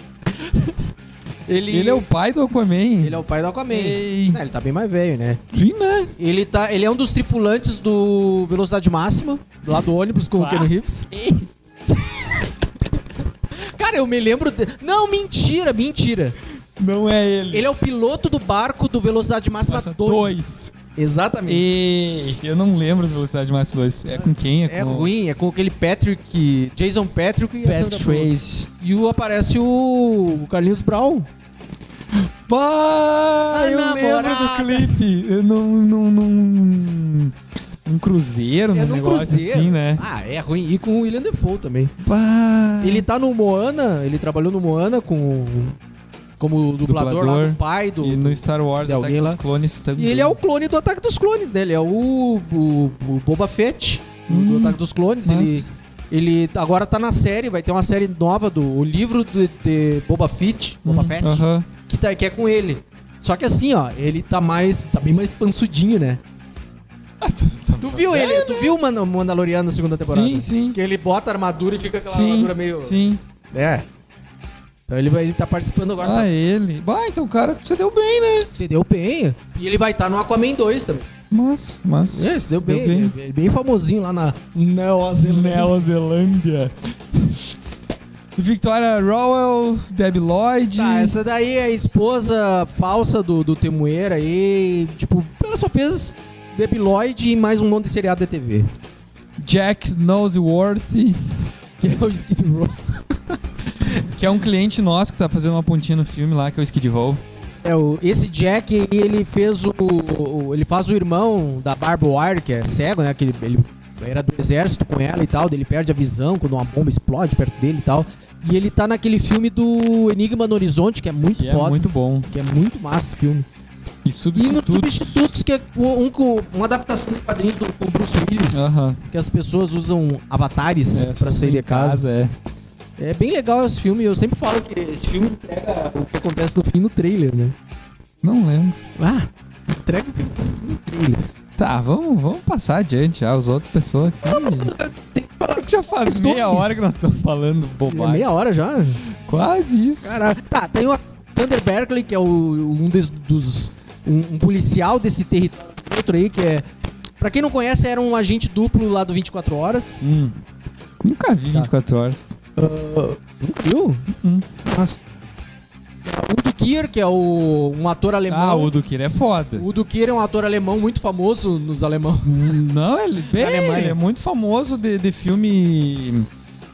Speaker 2: Ele,
Speaker 1: Ele é o pai do Aquaman.
Speaker 2: ele é o pai do Aquaman.
Speaker 1: Ei.
Speaker 2: É, ele tá bem mais velho, né?
Speaker 1: Sim, né?
Speaker 2: Ele, tá, ele é um dos tripulantes do Velocidade Máxima, lá do ônibus com o Keanu Reeves. Cara, eu me lembro. De... Não, mentira, mentira.
Speaker 1: Não é ele.
Speaker 2: Ele é o piloto do barco do Velocidade Máxima
Speaker 1: Passa
Speaker 2: 2.
Speaker 1: dois.
Speaker 2: Exatamente.
Speaker 1: Ei, eu não lembro de Velocidade Max 2. É com quem?
Speaker 2: É
Speaker 1: com
Speaker 2: ruim, é com aquele Patrick. Jason Patrick e a Sandra
Speaker 1: Pat
Speaker 2: Bullock.
Speaker 1: Trace.
Speaker 2: E o aparece o, o Carlinhos Brown.
Speaker 1: Pá,
Speaker 2: A
Speaker 1: eu lembro do
Speaker 2: namorada.
Speaker 1: clipe. Eu não... não, não... Um cruzeiro,
Speaker 2: É
Speaker 1: num
Speaker 2: num
Speaker 1: negócio
Speaker 2: cruzeiro.
Speaker 1: assim, né?
Speaker 2: Ah, é ruim. E com o William Defoe também.
Speaker 1: Pá.
Speaker 2: Ele tá no Moana, ele trabalhou no Moana com o- como o dublador, lá
Speaker 1: Dublador.
Speaker 2: do pai do.
Speaker 1: E no Star Wars,
Speaker 2: de
Speaker 1: Ataque
Speaker 2: alguém
Speaker 1: dos
Speaker 2: lá.
Speaker 1: Clones também.
Speaker 2: E ele é o clone do Ataque dos Clones, né? Ele é o, o, o Boba Fett do- do
Speaker 1: Hum,
Speaker 2: Ataque dos Clones. Ele,
Speaker 1: massa.
Speaker 2: ele agora tá na série, vai ter uma série nova do o livro de, de Boba Fett, Boba
Speaker 1: Hum,
Speaker 2: Fett
Speaker 1: aham.
Speaker 2: que, tá, que é com ele. Só que assim, ó, ele tá mais. tá bem mais pançudinho, né? Tu viu ele? Tu viu o Manda- Mandaloriano na segunda temporada?
Speaker 1: Sim, sim.
Speaker 2: Que ele bota a armadura e fica aquela
Speaker 1: sim,
Speaker 2: armadura meio.
Speaker 1: Sim.
Speaker 2: É. Então ele, vai, ele tá participando agora.
Speaker 1: Ah, ele. Bah, então, cara, você deu bem, né?
Speaker 2: Se deu bem. E ele vai estar no Aquaman 2 também.
Speaker 1: Mas, mas.
Speaker 2: É, se deu bem. Ele é bem famosinho lá na Nova Zelândia.
Speaker 1: Nova Zelândia. Victoria Rowell, Debbie Lloyd.
Speaker 2: Tá, essa daí é a esposa falsa do, do Temuera aí. Tipo, ela só fez Debi Lloyd e mais um monte de seriado da TV.
Speaker 1: Jack Noseworthy,
Speaker 2: Que é o Skid Row.
Speaker 1: que é um cliente nosso que tá fazendo uma pontinha no filme lá, que é o Skid Row.
Speaker 2: É, o, esse Jack, ele fez o, o- Ele faz o irmão da Barbara Wire, que é cego, né? Que ele, ele era do exército com ela e tal. daí Ele perde a visão quando uma bomba explode perto dele e tal. E ele tá naquele filme do Enigma no Horizonte, que é muito
Speaker 1: Que é
Speaker 2: foda.
Speaker 1: muito bom.
Speaker 2: Que é muito massa esse filme.
Speaker 1: E
Speaker 2: E nos
Speaker 1: substituto.
Speaker 2: substitutos, que é um, um com- uma adaptação de quadrinhos do, do Bruce Willis.
Speaker 1: Aham.
Speaker 2: Que as pessoas usam avatares
Speaker 1: É,
Speaker 2: pra sair de casa.
Speaker 1: É.
Speaker 2: É bem legal esse filme. Eu sempre falo que esse filme pega o que acontece no fim no trailer, né?
Speaker 1: Não lembro.
Speaker 2: Ah, entrega o que acontece no trailer.
Speaker 1: Tá, vamos, vamos passar adiante já, os outras pessoas.
Speaker 2: Tem que falar
Speaker 1: Já faz
Speaker 2: Questões.
Speaker 1: meia hora que nós estamos falando
Speaker 2: de
Speaker 1: bobagem.
Speaker 2: É meia hora já.
Speaker 1: Quase isso.
Speaker 2: Caralho. Tá, tem o Thunder Berkeley, que é o, um dos. dos- um, um policial desse território outro aí, que é Pra quem não conhece, era um agente duplo lá do 24 Horas.
Speaker 1: Hum. Nunca vi
Speaker 2: Tá.
Speaker 1: 24 horas.
Speaker 2: Ah, nunca viu?
Speaker 1: Uhum.
Speaker 2: Nossa. Udo Kier, que é o, um ator alemão.
Speaker 1: Ah, o Dukir é foda.
Speaker 2: O Udo Kier é um ator alemão muito famoso nos alemão.
Speaker 1: Não, ele, bem,
Speaker 2: Alemanha.
Speaker 1: ele é muito famoso de, de filme.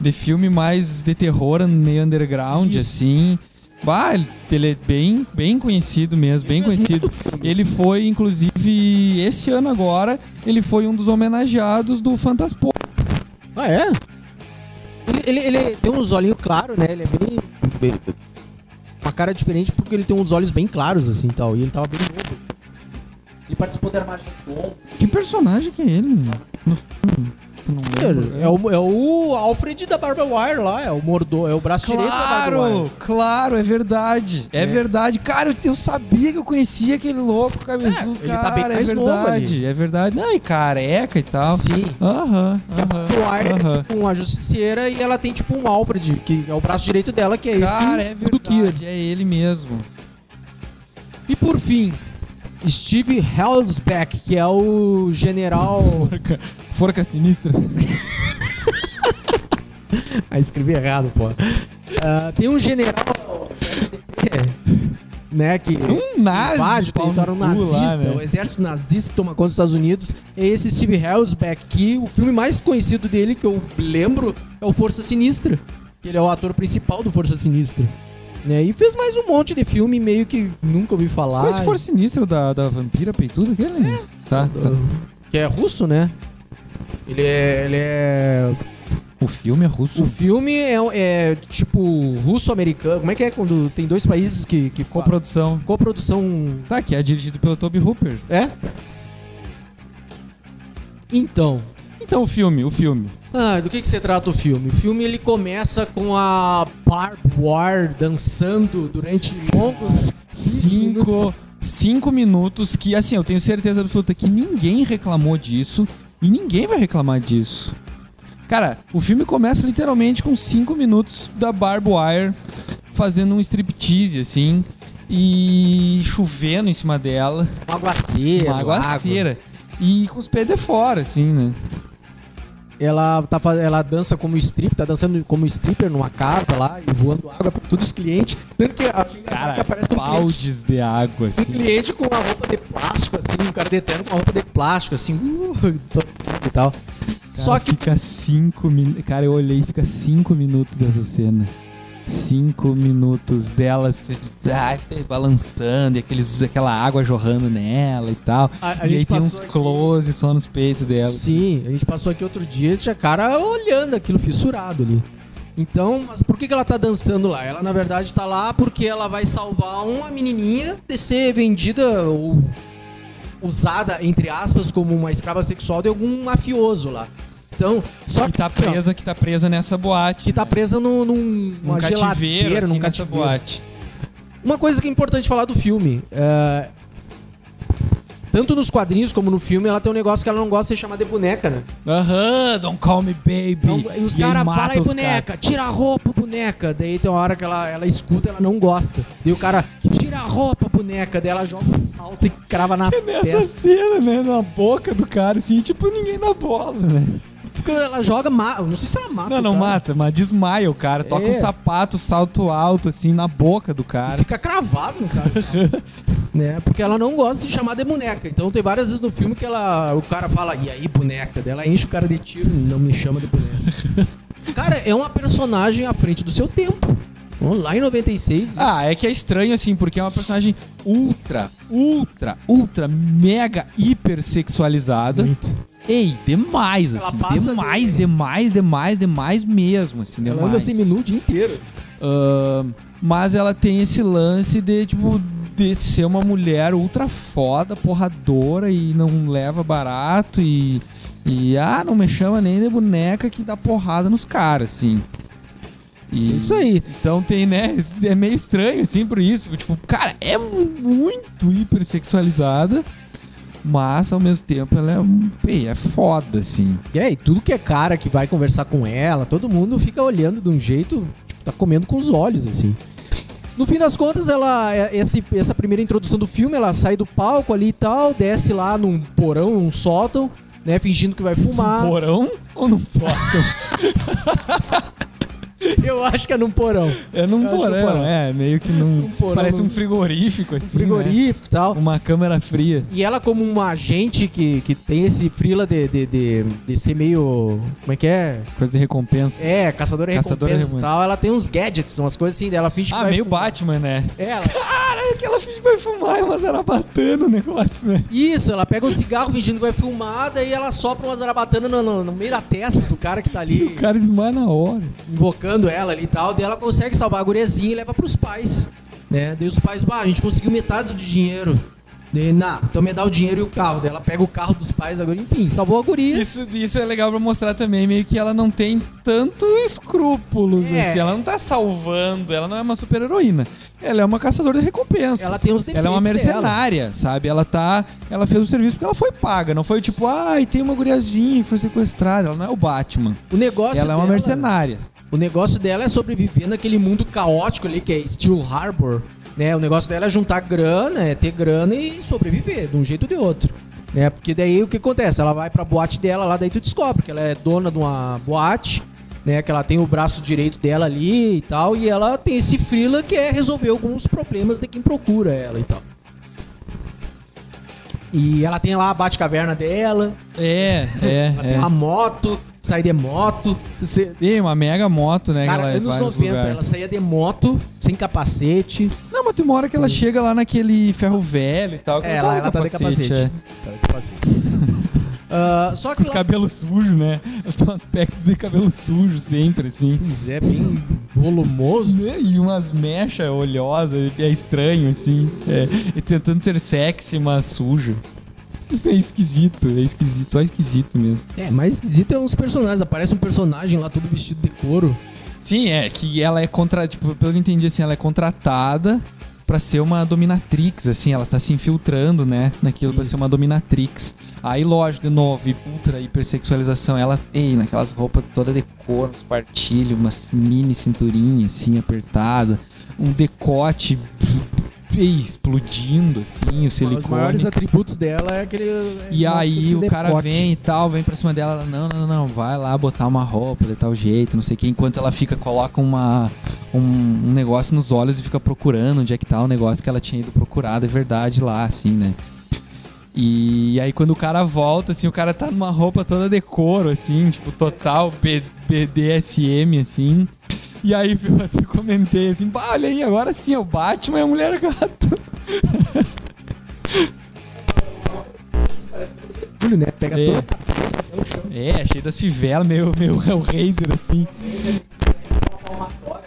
Speaker 1: De filme mais de terror, meio underground,
Speaker 2: Isso.
Speaker 1: assim. Bah, ele- ele é bem, bem conhecido mesmo, bem conhecido. Ele foi, inclusive, esse ano agora, ele foi um dos homenageados do Fantaspo.
Speaker 2: Ah, é? Ele, ele- ele tem uns olhinhos claros, né? Ele é bem, bem- Uma cara diferente porque ele tem uns olhos bem claros, assim e tal. E ele tava bem novo. Ele participou da Armagem né? Bom.
Speaker 1: Que personagem que é ele? No filme? Eu Não lembro.
Speaker 2: É o, é o Alfred da Barbara Wire lá, é o mordo, é o braço direito da Barbara Wire.
Speaker 1: Claro, claro, é verdade. É,
Speaker 2: É.
Speaker 1: verdade. Cara, eu, eu sabia que eu conhecia aquele louco cabeçudo,
Speaker 2: É, ele tá
Speaker 1: cara.
Speaker 2: bem mais
Speaker 1: é
Speaker 2: novo
Speaker 1: verdade,
Speaker 2: ali.
Speaker 1: é verdade. Não, e careca e tal.
Speaker 2: Sim.
Speaker 1: Aham,
Speaker 2: Que a
Speaker 1: aham.
Speaker 2: Barbara Wire é
Speaker 1: aham.
Speaker 2: tipo uma justiceira e ela tem tipo um Alfred, que é o braço direito dela, que é
Speaker 1: Cara,
Speaker 2: esse
Speaker 1: é
Speaker 2: do Kid.
Speaker 1: verdade, é ele mesmo.
Speaker 2: E por fim, Steve Helsbeck, que é o general.
Speaker 1: Forca, forca sinistra.
Speaker 2: ah, escrevi errado, pô. Ah, tem um general. é, né, que.
Speaker 1: Um nazi,
Speaker 2: Invade o
Speaker 1: pau no
Speaker 2: território
Speaker 1: cu
Speaker 2: tá um nazista,
Speaker 1: lá, né?
Speaker 2: o exército nazista que toma conta dos Estados Unidos. É esse Steve Helsbeck, que o filme mais conhecido dele, que eu lembro, é o Força Sinistra. que Ele é o ator principal do Força Sinistra. Né, e fez mais um monte de filme, meio que nunca ouvi falar.
Speaker 1: Mas se for sinistro da, da vampira peituda, aquele? né?
Speaker 2: É.
Speaker 1: Tá, tá.
Speaker 2: Que é russo, né? Ele é. Ele é...
Speaker 1: O filme é russo.
Speaker 2: O filme é, é, tipo russo-americano. Como é que é quando tem dois países que, que
Speaker 1: Com produção.
Speaker 2: coprodução.
Speaker 1: Tá, que é dirigido pelo Toby Hooper.
Speaker 2: É? Então.
Speaker 1: Então, o filme, o filme.
Speaker 2: Ah, do que, que se trata o filme? O filme ele começa com a Barb War dançando durante longos 20 minutos.
Speaker 1: Cinco, cinco minutos que, assim, eu tenho certeza absoluta que ninguém reclamou disso e ninguém vai reclamar disso. Cara, o filme começa literalmente com cinco minutos da Barb Wire fazendo um striptease, assim, e chovendo em cima dela,
Speaker 2: Uma aguaceira.
Speaker 1: uma
Speaker 2: água.
Speaker 1: aguaceira, e com os pés de fora, assim, né?
Speaker 2: Ela, tá, fa- ela dança como strip, tá dançando como stripper numa casa lá e voando água pra todos os clientes. Tanto que a que aparece um cliente,
Speaker 1: baldes de água,
Speaker 2: um
Speaker 1: assim.
Speaker 2: cliente com uma roupa de plástico, assim, um cara de terno com uma roupa de plástico, assim, uh, tô foda e tal.
Speaker 1: Cara,
Speaker 2: Só que
Speaker 1: Fica cinco minutos. Cara, eu olhei fica cinco minutos dessa cena. Cinco minutos dela se ah, balançando e aqueles, aquela água jorrando nela e tal.
Speaker 2: a, a
Speaker 1: e aí tem uns
Speaker 2: aqui-
Speaker 1: close só nos peitos dela.
Speaker 2: Sim, a gente passou aqui outro dia, tinha cara olhando aquilo fissurado ali. Então, mas por que, que ela tá dançando lá? Ela, na verdade, tá lá porque ela vai salvar uma menininha de ser vendida ou usada, entre aspas, como uma escrava sexual de algum mafioso lá. Então, só
Speaker 1: Que tá presa, que tá presa nessa boate.
Speaker 2: Que tá
Speaker 1: né?
Speaker 2: presa num, num
Speaker 1: num
Speaker 2: numa
Speaker 1: cativeiro,
Speaker 2: geladeira,
Speaker 1: assim,
Speaker 2: num
Speaker 1: nessa
Speaker 2: cativeiro.
Speaker 1: boate.
Speaker 2: Uma coisa que é importante falar do filme. é, Tanto nos quadrinhos como no filme, ela tem um negócio que ela não gosta de chamar de boneca, né?
Speaker 1: Aham, don't call me baby.
Speaker 2: Então, e os
Speaker 1: E aí
Speaker 2: caras
Speaker 1: mata
Speaker 2: falam aí,
Speaker 1: os
Speaker 2: boneca, tira a roupa, boneca. Daí tem uma hora que ela, ela escuta, ela não gosta. Daí o cara, tira a roupa, boneca. Daí ela joga o salto e crava na
Speaker 1: É nessa
Speaker 2: testa.
Speaker 1: cena, né? Na boca do cara, assim, tipo ninguém na bola, né?
Speaker 2: Ela joga, ma... eu não sei se ela mata.
Speaker 1: Não,
Speaker 2: o
Speaker 1: não
Speaker 2: cara.
Speaker 1: mata, mas desmaia o cara. Toca
Speaker 2: Ah, tá? É.
Speaker 1: um sapato, salto alto, assim, na boca do cara.
Speaker 2: Fica cravado no cara, sabe? né? Porque ela não gosta de ser chamada de boneca. Então tem várias vezes no filme que ela, o cara fala, e aí, boneca? Daí ela enche o cara de tiro, não me chama de boneca. cara, é uma personagem à frente do seu tempo. Lá em 96.
Speaker 1: Ah, é que é estranho, assim, porque é uma personagem ultra, ultra, ultra, mega hipersexualizada.
Speaker 2: Muito.
Speaker 1: Ei, demais,
Speaker 2: Uhum. Ela
Speaker 1: assim.
Speaker 2: passa
Speaker 1: Demais,
Speaker 2: do-
Speaker 1: demais, demais, demais mesmo, assim,
Speaker 2: Ela anda
Speaker 1: demais.
Speaker 2: sem menu o dia inteiro.
Speaker 1: Ahn, mas ela tem esse lance de, tipo, de ser uma mulher ultra foda, porradora e não leva barato e. E ah, não me chama nem de boneca que dá porrada nos caras, assim. E-
Speaker 2: Isso aí.
Speaker 1: Então tem, né? É meio estranho, assim, por isso. Tipo, cara, é muito hipersexualizada, mas ao mesmo tempo ela é, um- bem, é foda, assim.
Speaker 2: E aí, tudo que é cara que vai conversar com ela, todo mundo fica olhando de um jeito, tipo, tá comendo com os olhos, assim. No fim das contas, ela é- esse- essa primeira introdução do filme, ela sai do palco ali e tal, desce lá num porão, num sótão, né, fingindo que vai fumar.
Speaker 1: Um Porão ou não só?
Speaker 2: Eu acho que é num porão.
Speaker 1: É num
Speaker 2: Eu acho um
Speaker 1: porão,
Speaker 2: porão.
Speaker 1: é, meio que num.
Speaker 2: Um porão
Speaker 1: parece
Speaker 2: num-
Speaker 1: um frigorífico, assim. né?
Speaker 2: Frigorífico e tal.
Speaker 1: Uma câmera fria.
Speaker 2: E ela, como uma agente que, que tem esse frila de, de, de, de ser meio. Como é que é?
Speaker 1: Coisa de recompensa.
Speaker 2: É, caçadora de
Speaker 1: Caçadora de
Speaker 2: recompensas e tal. Ela tem uns gadgets, umas coisas assim, daí ela finge que
Speaker 1: Ah,
Speaker 2: vai
Speaker 1: meio
Speaker 2: fumar.
Speaker 1: Batman, né?
Speaker 2: É, ela-
Speaker 1: Cara, aquela finge que vai fumar, é uma zarabatana o negócio, né?
Speaker 2: Isso, ela pega um cigarro fingindo que vai filmar, daí ela sopra uma zarabatana no, no- no meio da testa do cara que tá ali
Speaker 1: O cara desmaia na hora.
Speaker 2: invocando ela ali e tal. Daí ela consegue salvar a gurezinha e leva pros pais. Né? Daí os pais, bah, a gente conseguiu metade do dinheiro. Daí, nah, então me dá o dinheiro e o carro. Daí ela pega o carro dos pais agora, enfim, salvou a guria.
Speaker 1: Isso, isso é legal pra mostrar também, meio que ela não tem tanto escrúpulos,
Speaker 2: É.
Speaker 1: assim. Ela não tá salvando, ela não é uma super heroína. Ela é uma caçadora de recompensas.
Speaker 2: Ela tem os
Speaker 1: Ela é uma
Speaker 2: defeitos dela.
Speaker 1: mercenária, sabe? Ela tá. Ela fez o serviço porque ela foi paga. Não foi tipo, ai, tem uma guriazinha que foi sequestrada. Ela não é o Batman.
Speaker 2: O negócio
Speaker 1: ela é uma
Speaker 2: dela- né?
Speaker 1: mercenária.
Speaker 2: O negócio dela é sobreviver naquele mundo caótico ali que é Steel Harbor, né? O negócio dela é juntar grana, é ter grana e sobreviver de um jeito ou de outro, né? Porque daí o que acontece? Ela vai pra boate dela lá, daí tu descobre que ela é dona de uma boate, né? Que ela tem o braço direito dela ali e tal, e ela tem esse frila que é resolver alguns problemas de quem procura ela e tal. E ela tem lá a bate-caverna dela,
Speaker 1: É, é,
Speaker 2: ela tem
Speaker 1: é.
Speaker 2: a moto, sai de moto, você,
Speaker 1: E uma mega moto, né?
Speaker 2: Cara,
Speaker 1: que ela
Speaker 2: anos
Speaker 1: vai nos
Speaker 2: 90,
Speaker 1: lugares.
Speaker 2: ela saía de moto, sem capacete.
Speaker 1: Não, mas tem uma hora que ela chega lá naquele ferro velho e tal. que
Speaker 2: É,
Speaker 1: no
Speaker 2: ela, ela tá de capacete.
Speaker 1: é.
Speaker 2: Tá de capacete. Ah, só que
Speaker 1: Com os
Speaker 2: lá-
Speaker 1: cabelos sujos, né? Ela tem um aspecto de cabelo sujo sempre, assim.
Speaker 2: Pois é, bem volumoso.
Speaker 1: E umas mechas oleosas, é estranho, assim. É, e tentando ser sexy, mas sujo. É esquisito, é esquisito, só esquisito mesmo.
Speaker 2: É, mais esquisito é uns personagens. Aparece um personagem lá todo vestido de couro.
Speaker 1: Sim, é que ela é contra, tipo, pelo que eu entendi, assim, ela é contratada pra ser uma dominatrix, assim, ela tá se infiltrando, né, naquilo pra
Speaker 2: Isso.
Speaker 1: ser uma dominatrix. Aí, lógico, de novo, e ultra hipersexualização, ela tem naquelas roupas toda de cor, uns partilhos, umas mini cinturinha, assim, apertada, um decote ei, explodindo, assim, o silicone.
Speaker 2: Os maiores atributos dela é aquele.
Speaker 1: E
Speaker 2: é um
Speaker 1: aí o
Speaker 2: decote.
Speaker 1: cara vem e tal, vem pra cima dela, ela, não, não, não, vai lá botar uma roupa de tal jeito, não sei o que, enquanto ela fica, coloca uma, um, um negócio nos olhos e fica procurando onde é que tá o negócio que ela tinha ido procurar de verdade lá, assim, né? E aí quando o cara volta, assim, o cara tá numa roupa toda decoro, assim, tipo, total B- BDSM, assim. E aí eu até comentei assim, "Bah, olha aí, agora sim, é o Batman é a mulher gata.
Speaker 2: Olho, né? Pega
Speaker 1: É.
Speaker 2: toda a cabeça até o chão.
Speaker 1: É, cheio das fivelas, meio, meio Hellraiser, assim.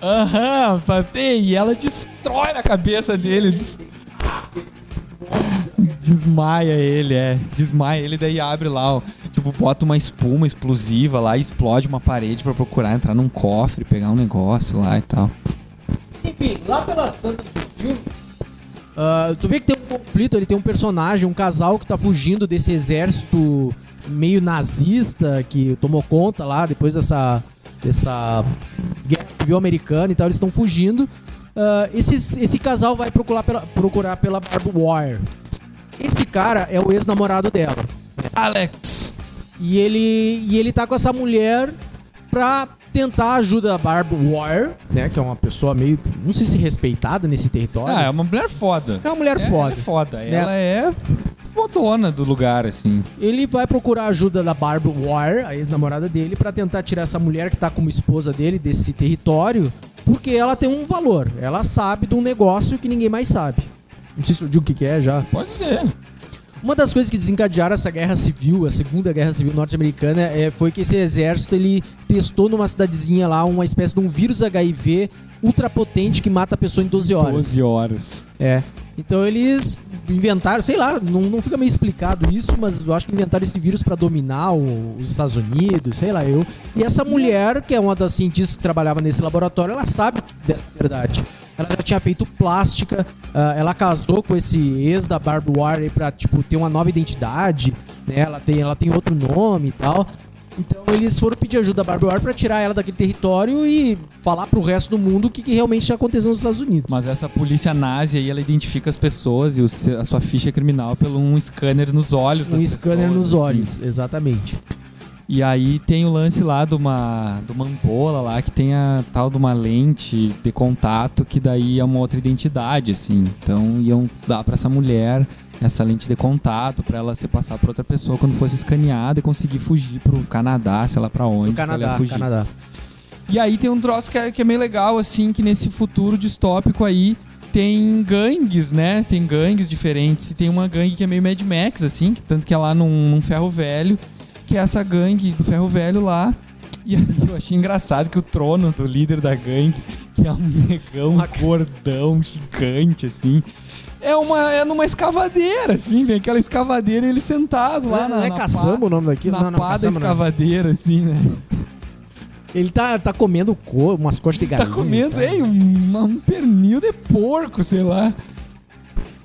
Speaker 1: Aham, papei, e ela destrói na cabeça dele. Desmaia ele, é. Desmaia ele, daí abre lá, ó. Tipo, bota uma espuma explosiva lá e explode uma parede pra procurar entrar num cofre, pegar um negócio lá e tal.
Speaker 2: Enfim, lá pelas tantas do filme. ah, tu vê que tem um conflito, ele tem um personagem, um casal que tá fugindo desse exército meio nazista que tomou conta lá depois dessa, dessa guerra civil americana e tal, eles estão fugindo. Ah, esses- esse casal vai procurar pela, procurar pela Barbed Wire. Esse cara é o ex-namorado dela.
Speaker 1: Alex!
Speaker 2: E ele, e ele tá com essa mulher pra tentar ajuda da Barb Wire, né? Que é uma pessoa meio, não sei se respeitada nesse território.
Speaker 1: Ah, é uma mulher foda.
Speaker 2: é uma mulher
Speaker 1: É,
Speaker 2: foda. Né?
Speaker 1: Ela é foda. Ela é fodona do lugar, assim.
Speaker 2: Ele vai procurar a ajuda da Barb Wire, a ex-namorada dele, pra tentar tirar essa mulher que tá como esposa dele desse território, porque ela tem um valor. Ela sabe de um negócio que ninguém mais sabe. Não sei se eu digo o que, que é já.
Speaker 1: Pode ser.
Speaker 2: Uma das coisas que desencadearam essa guerra civil, a segunda guerra civil norte-americana, é, foi que esse exército ele testou numa cidadezinha lá uma espécie de um vírus HIV ultrapotente que mata a pessoa em 12 horas.
Speaker 1: 12 horas.
Speaker 2: É. Então eles inventaram, sei lá, não, não fica meio explicado isso, mas eu acho que inventaram esse vírus pra dominar o- os Estados Unidos, sei lá eu. E essa mulher, que é uma das cientistas que trabalhava nesse laboratório, ela sabe dessa verdade. Ela já tinha feito plástica, ah, ela casou com esse ex da Barbed Wire aí pra, tipo, ter uma nova identidade, né? Ela tem, ela tem outro nome e tal. Então eles foram pedir ajuda da Barbie Wire pra tirar ela daquele território e falar pro resto do mundo o que, que realmente aconteceu nos Estados Unidos.
Speaker 1: Mas essa polícia nazi aí, ela identifica as pessoas e o se- a sua ficha criminal pelo um scanner nos olhos das
Speaker 2: um scanner
Speaker 1: pessoas,
Speaker 2: nos
Speaker 1: assim.
Speaker 2: olhos, exatamente.
Speaker 1: E aí tem o lance lá de uma, de uma ampola lá que tem a tal de uma lente de contato que daí é uma outra identidade, assim. Então iam dar pra essa mulher essa lente de contato pra ela se passar pra outra pessoa quando fosse escaneada e conseguir fugir pro Canadá, sei lá pra onde.
Speaker 2: No
Speaker 1: pra ela
Speaker 2: Canadá,
Speaker 1: fugir.
Speaker 2: Canadá.
Speaker 1: E aí tem um troço que é, que é meio legal, assim, que nesse futuro distópico aí tem gangues, né? Tem gangues diferentes. E tem uma gangue que é meio Mad Max, assim, que tanto que é lá num, num ferro velho, que é essa gangue do ferro velho lá. E aí eu achei engraçado que o trono do líder da gangue, que é um negão gordão, gigante, assim. É, uma, é numa escavadeira, assim, vem aquela escavadeira e ele sentado lá
Speaker 2: não
Speaker 1: na,
Speaker 2: é
Speaker 1: na
Speaker 2: caçamba
Speaker 1: pá,
Speaker 2: o nome daquilo?
Speaker 1: na
Speaker 2: não, não,
Speaker 1: pá da
Speaker 2: caçamba não.
Speaker 1: escavadeira, assim, né?
Speaker 2: Ele tá, tá comendo co umas costas de
Speaker 1: tá
Speaker 2: galinha.
Speaker 1: comendo,
Speaker 2: tá?
Speaker 1: ei, um, um pernil de porco, sei lá.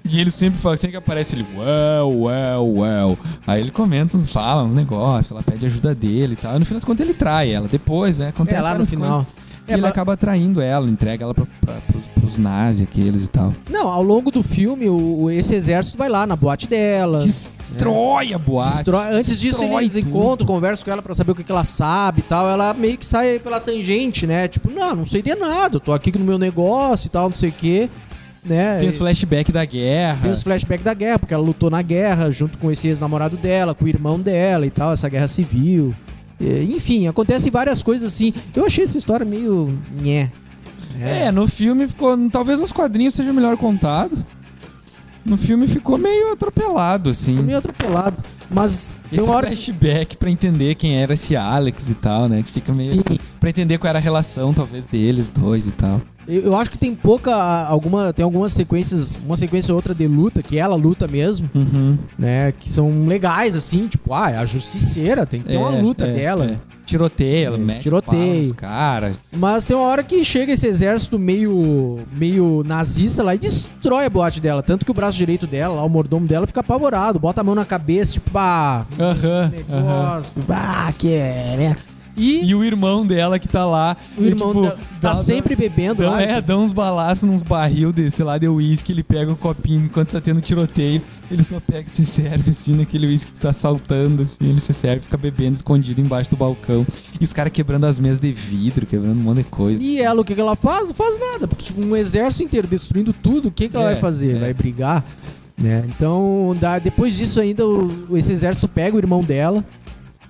Speaker 1: E ele sempre fala, sempre que aparece ele, well, well, well. Aí ele comenta, uns fala uns negócios, ela pede ajuda dele e tal. E no final das contas ele trai ela, depois, né? Acontece
Speaker 2: É, lá no
Speaker 1: várias
Speaker 2: final.
Speaker 1: coisas. E
Speaker 2: É,
Speaker 1: ele
Speaker 2: mas-
Speaker 1: acaba traindo ela, entrega ela pra, pra, pros, pros nazis aqueles e tal.
Speaker 2: Não, ao longo do filme, o, o- esse exército vai lá na boate dela.
Speaker 1: Destrói a boate.
Speaker 2: destrói- Antes disso,
Speaker 1: destrói
Speaker 2: eles
Speaker 1: tudo.
Speaker 2: encontram, conversam com ela pra saber o que, que ela sabe e tal. Ela meio que sai pela tangente, né? Tipo, não, não sei de nada, eu tô aqui no meu negócio e tal, não sei o quê. Né?
Speaker 1: Tem os flashback da guerra.
Speaker 2: Tem os flashbacks da guerra, porque ela lutou na guerra junto com esse ex-namorado dela, com o irmão dela e tal, essa guerra civil. É, Enfim, acontecem várias coisas assim. Eu achei essa história meio. nhé.
Speaker 1: É, no filme ficou. Talvez nos quadrinhos seja melhor contado. No filme ficou meio atropelado, assim.
Speaker 2: meio atropelado. Mas tem
Speaker 1: Esse
Speaker 2: uma hora que
Speaker 1: flashback pra entender quem era esse Alex e tal, né? Que fica meio
Speaker 2: Sim.
Speaker 1: assim, pra entender qual era a relação, talvez, deles dois e tal.
Speaker 2: Eu, eu acho que tem pouca. Alguma, tem algumas sequências, uma sequência ou outra de luta, que ela luta mesmo,
Speaker 1: Uhum.
Speaker 2: né? Que são legais, assim, tipo, ah, é a justiceira,
Speaker 1: É,
Speaker 2: tem que ter uma luta dela. né?
Speaker 1: Tiroteia, é. ela
Speaker 2: É,
Speaker 1: mete
Speaker 2: tiroteio.
Speaker 1: pau nos cara.
Speaker 2: Mas tem uma hora que chega esse exército meio, meio nazista lá e destrói a boate dela. Tanto que o braço direito dela, lá, o mordomo dela, fica apavorado, bota a mão na cabeça, tipo, bah, um
Speaker 1: Aham, aham.
Speaker 2: negócio, bah, que é, né? E,
Speaker 1: E o irmão dela que tá lá.
Speaker 2: o
Speaker 1: e,
Speaker 2: irmão
Speaker 1: tipo,
Speaker 2: dela tá
Speaker 1: dá-
Speaker 2: sempre bebendo
Speaker 1: Dá,
Speaker 2: lá.
Speaker 1: é, dá uns balaços nos barril de, sei lá, de uísque, ele pega um copinho enquanto tá tendo tiroteio, ele só pega e se serve, assim, naquele uísque que tá saltando, assim, ele se serve, fica bebendo escondido embaixo do balcão. E os caras quebrando as mesas de vidro, quebrando um monte de coisa.
Speaker 2: E ela, o que, que ela faz? Não faz nada. Porque, tipo, um exército inteiro destruindo tudo, o que, que ela
Speaker 1: É,
Speaker 2: vai fazer?
Speaker 1: é.
Speaker 2: Vai brigar? Né? Então, dá- depois disso ainda, o- esse exército pega o irmão dela,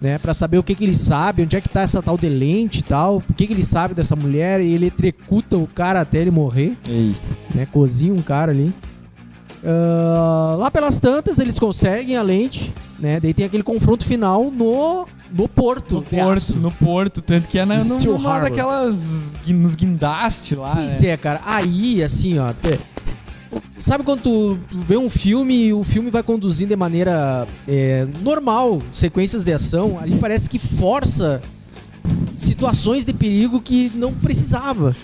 Speaker 2: né? Pra saber o que, que ele sabe, onde é que tá essa tal de lente e tal, o que, que ele sabe dessa mulher, e ele executa o cara até ele morrer,
Speaker 1: Ei.
Speaker 2: né? Cozinha um cara ali. Ah, lá pelas tantas, eles conseguem a lente, né? Daí tem aquele confronto final no, no porto.
Speaker 1: No
Speaker 2: de
Speaker 1: porto,
Speaker 2: aço.
Speaker 1: no porto, tanto que é na, no,
Speaker 2: Steel
Speaker 1: numa
Speaker 2: Harbor.
Speaker 1: daquelas gui- nos guindaste lá.
Speaker 2: Pois
Speaker 1: né?
Speaker 2: é, cara. Aí, assim, ó. te- Sabe quando tu vê um filme e o filme vai conduzindo de maneira é, normal sequências de ação? Ali parece que força situações de perigo que não precisava.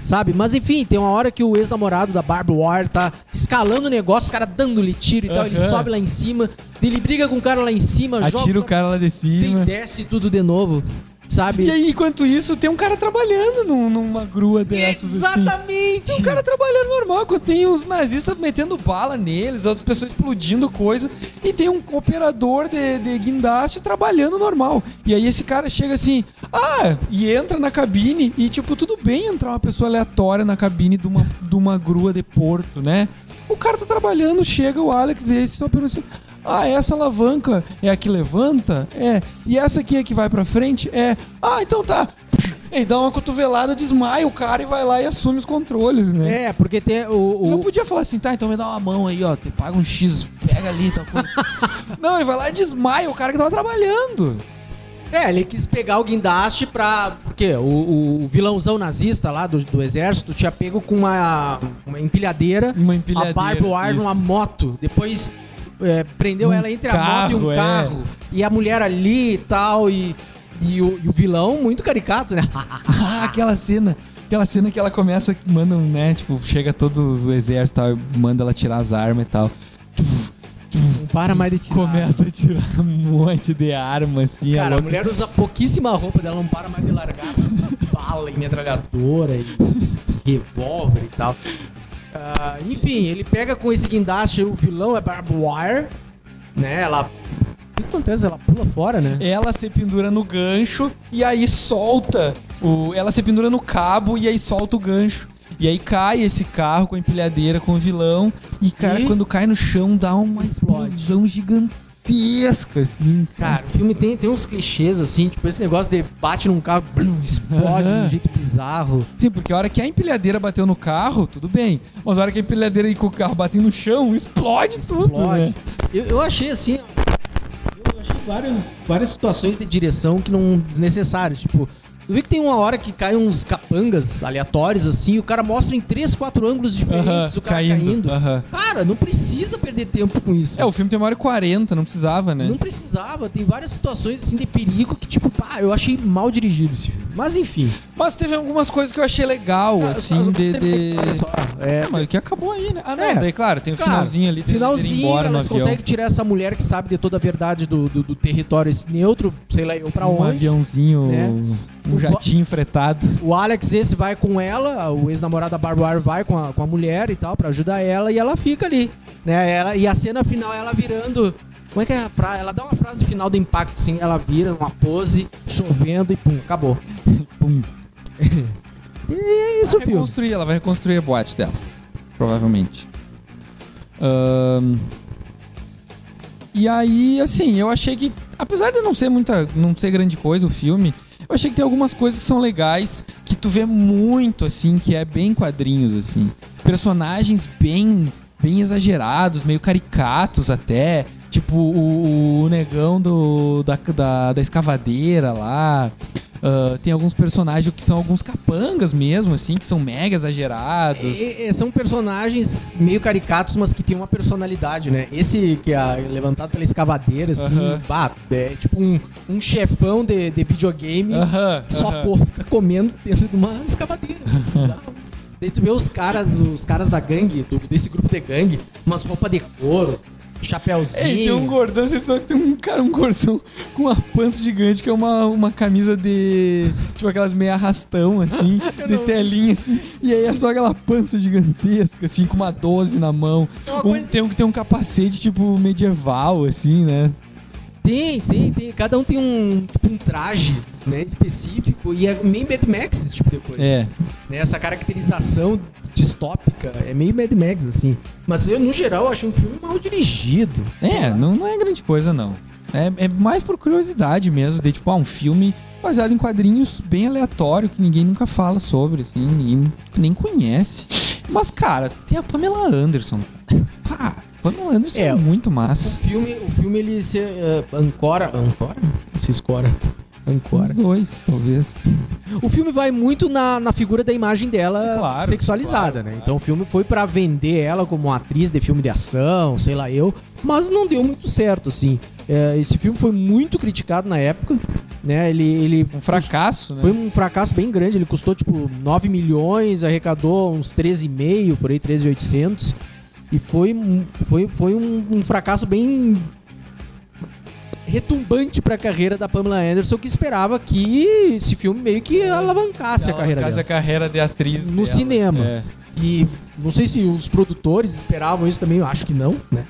Speaker 2: Sabe? Mas enfim, tem uma hora que o ex-namorado da Barbie Wire tá escalando o negócio, os caras dando-lhe tiro e tal. Ele
Speaker 1: Aham.
Speaker 2: sobe lá em cima, ele briga com o cara lá em cima,
Speaker 1: Atira
Speaker 2: joga
Speaker 1: o cara lá de
Speaker 2: e
Speaker 1: cima.
Speaker 2: desce tudo de novo. Sabe?
Speaker 1: E aí, enquanto isso, tem um cara trabalhando num- numa grua dessas, assim.
Speaker 2: Exatamente!
Speaker 1: Tem um cara trabalhando normal, que tem os nazistas metendo bala neles, as pessoas explodindo coisa, e tem um operador de, de guindaste trabalhando normal. E aí esse cara chega assim, ah, e entra na cabine, e tipo, tudo bem entrar uma pessoa aleatória na cabine de uma, de uma grua de porto, né? O cara tá trabalhando, chega o Alex e esse só pergunta assim, ah, essa alavanca é a que levanta? É. E essa aqui é que vai pra frente? É. Ah, então tá. E dá uma cotovelada, desmaia o cara e vai lá e assume os controles, né?
Speaker 2: É, porque tem o.
Speaker 1: Eu
Speaker 2: o-
Speaker 1: podia falar assim, tá, então me dá uma mão aí, ó, te paga um X, pega ali, tal coisa. Não, ele vai lá e desmaia o cara que tava trabalhando.
Speaker 2: É, ele quis pegar o guindaste pra. Porque o, o, o vilãozão nazista lá do, do exército tinha pego com uma, uma empilhadeira,
Speaker 1: Uma
Speaker 2: a Barbie Wire numa moto. Depois é, prendeu
Speaker 1: Um
Speaker 2: ela entre a moto e
Speaker 1: carro,
Speaker 2: um
Speaker 1: é.
Speaker 2: carro. E a mulher ali e tal. E, e, o, e o vilão muito caricato, né?
Speaker 1: Ah, aquela cena. Aquela cena que ela começa, manda um, né, tipo, chega todos o exército e tal, manda ela tirar as armas e tal. Tuf, tuf,
Speaker 3: para mais de tirar.
Speaker 1: Começa a tirar um monte de arma, assim.
Speaker 2: Cara, a
Speaker 1: louca.
Speaker 2: mulher usa pouquíssima roupa dela, não para mais de largar bala e metralhadora e revólver e tal. Ah, enfim, ele pega com esse guindaste o vilão, é barbed wire, né? Ela
Speaker 3: O que acontece? Ela pula fora, né?
Speaker 1: Ela se pendura no gancho e aí solta. O... Ela se pendura no cabo e aí solta o gancho. E aí cai esse carro com a empilhadeira, com o vilão. E, cara,
Speaker 2: E?
Speaker 1: quando cai no chão, dá uma
Speaker 2: Explode.
Speaker 1: explosão gigantesca, assim.
Speaker 2: Cara,
Speaker 1: Cara,
Speaker 2: o filme tem, tem uns clichês assim, tipo esse negócio de bate num carro, blum, explode de
Speaker 1: Aham.
Speaker 2: um jeito bizarro.
Speaker 1: sim, porque a hora que a empilhadeira bateu no carro, tudo bem. Mas a hora que a empilhadeira e com o carro batem no chão, explode, tudo,
Speaker 2: Explode.
Speaker 1: né?
Speaker 2: Eu, eu achei assim. Eu achei vários, várias situações de direção que não desnecessárias. Tipo, eu vi que tem uma hora que cai uns capangas aleatórios assim, e o cara mostra em três, quatro ângulos diferentes
Speaker 1: Aham,
Speaker 2: o cara caindo.
Speaker 1: aham.
Speaker 2: Cara, não precisa perder tempo com isso.
Speaker 1: É, o filme tem uma hora e 40, não precisava, né?
Speaker 2: Não precisava, tem várias situações assim de perigo que, tipo, pá, eu achei mal dirigido esse filme. Mas enfim.
Speaker 1: Mas teve algumas coisas que eu achei legal, assim, de- de...
Speaker 2: Só, é,
Speaker 1: É, mas que acabou aí, né? Ah, não,
Speaker 2: É.
Speaker 1: daí, claro, tem o
Speaker 2: Cara,
Speaker 1: finalzinho ali. tem eles
Speaker 2: Finalzinho,
Speaker 1: irem embora no
Speaker 2: elas
Speaker 1: avião.
Speaker 2: conseguem tirar essa mulher que sabe de toda a verdade do, do, do território esse neutro, sei lá eu pra
Speaker 1: um
Speaker 2: onde.
Speaker 1: aviãozinho,
Speaker 2: né?
Speaker 1: um
Speaker 2: O
Speaker 1: jatinho fretado.
Speaker 2: O Alex esse vai com ela, o ex-namorado da Barbara vai com a, com a mulher e tal, pra ajudar ela, e ela fica ali, né? Ela, e a cena final, ela virando... Como é que é? a fra- Ela dá uma frase final do impacto, sim. Ela vira uma pose, chovendo e pum, acabou.
Speaker 1: Pum.
Speaker 2: É isso,
Speaker 1: Ela vai
Speaker 2: filme.
Speaker 1: reconstruir, ela vai reconstruir a boate dela. Provavelmente. Ahn, E aí, assim, eu achei que, apesar de não ser muita, não ser grande coisa o filme, eu achei que tem algumas coisas que são legais, que tu vê muito, assim, que é bem quadrinhos, assim. Personagens bem, bem exagerados, meio caricatos até. Tipo, o, o negão do, da, da, da escavadeira lá. Ah, tem alguns personagens que são alguns capangas mesmo, assim, que são mega exagerados.
Speaker 2: É, é, são personagens meio caricatos, mas que tem uma personalidade, né? Esse que é levantado pela escavadeira, assim,
Speaker 1: Aham.
Speaker 2: bah, é tipo um, um chefão de, de videogame
Speaker 1: Aham,
Speaker 2: que é, só
Speaker 1: aham.
Speaker 2: corre, fica comendo dentro de uma escavadeira. Bizarro isso. Daí tu vê os caras, os caras da gangue, do- desse grupo de gangue, umas roupas de couro, chapéuzinho.
Speaker 1: Ei, tem um gordão, vocês só tem um cara, um gordão com uma pança gigante, que é uma, uma camisa de. Tipo aquelas meia arrastão, assim, de telinha, assim. E aí é só aquela pança gigantesca, assim, com uma 12 na mão.
Speaker 2: É uma
Speaker 1: Um-
Speaker 2: coisa-
Speaker 1: Tem um que tem um capacete, tipo, medieval, assim, né?
Speaker 2: Tem, tem, tem. Cada um tem um, tipo, um traje, né, específico, e é meio Mad Max esse tipo de coisa.
Speaker 1: É.
Speaker 2: né? Essa caracterização distópica é meio Mad Max, assim. Mas eu, no geral, achei um filme mal dirigido. Sei
Speaker 1: É,
Speaker 2: lá.
Speaker 1: não, não é grande coisa, não. É, é mais por curiosidade mesmo, de tipo, ah, um filme baseado em quadrinhos bem aleatório, que ninguém nunca fala sobre, assim, ninguém nem conhece. Mas, cara, tem a Pamela Anderson. Pá, Pamela Anderson é,
Speaker 2: É.
Speaker 1: muito
Speaker 2: O
Speaker 1: massa.
Speaker 2: filme, o filme ele se eh, ancora. Ancora? Se escora.
Speaker 1: Os
Speaker 2: Ancora.
Speaker 1: dois, talvez.
Speaker 2: O filme vai muito na, na figura da imagem dela
Speaker 1: É claro,
Speaker 2: sexualizada,
Speaker 1: claro,
Speaker 2: né?
Speaker 1: claro.
Speaker 2: Então o filme foi pra vender ela como uma atriz de filme de ação, sei lá eu, mas não deu muito certo, assim. Eh, esse filme foi muito criticado na época, né? Ele, ele
Speaker 1: Um fracasso, né?
Speaker 2: Foi um fracasso bem grande, ele custou tipo 9 milhões, arrecadou uns 13,5, por aí 13,800. E foi, um- foi, foi um, um fracasso bem retumbante pra carreira da Pamela Anderson, que esperava que esse filme meio que alavancasse a carreira
Speaker 1: Casa
Speaker 2: dela.
Speaker 1: a carreira de atriz
Speaker 2: No
Speaker 1: dela.
Speaker 2: cinema.
Speaker 1: É.
Speaker 2: E não sei se os produtores esperavam isso também, eu acho que não, né?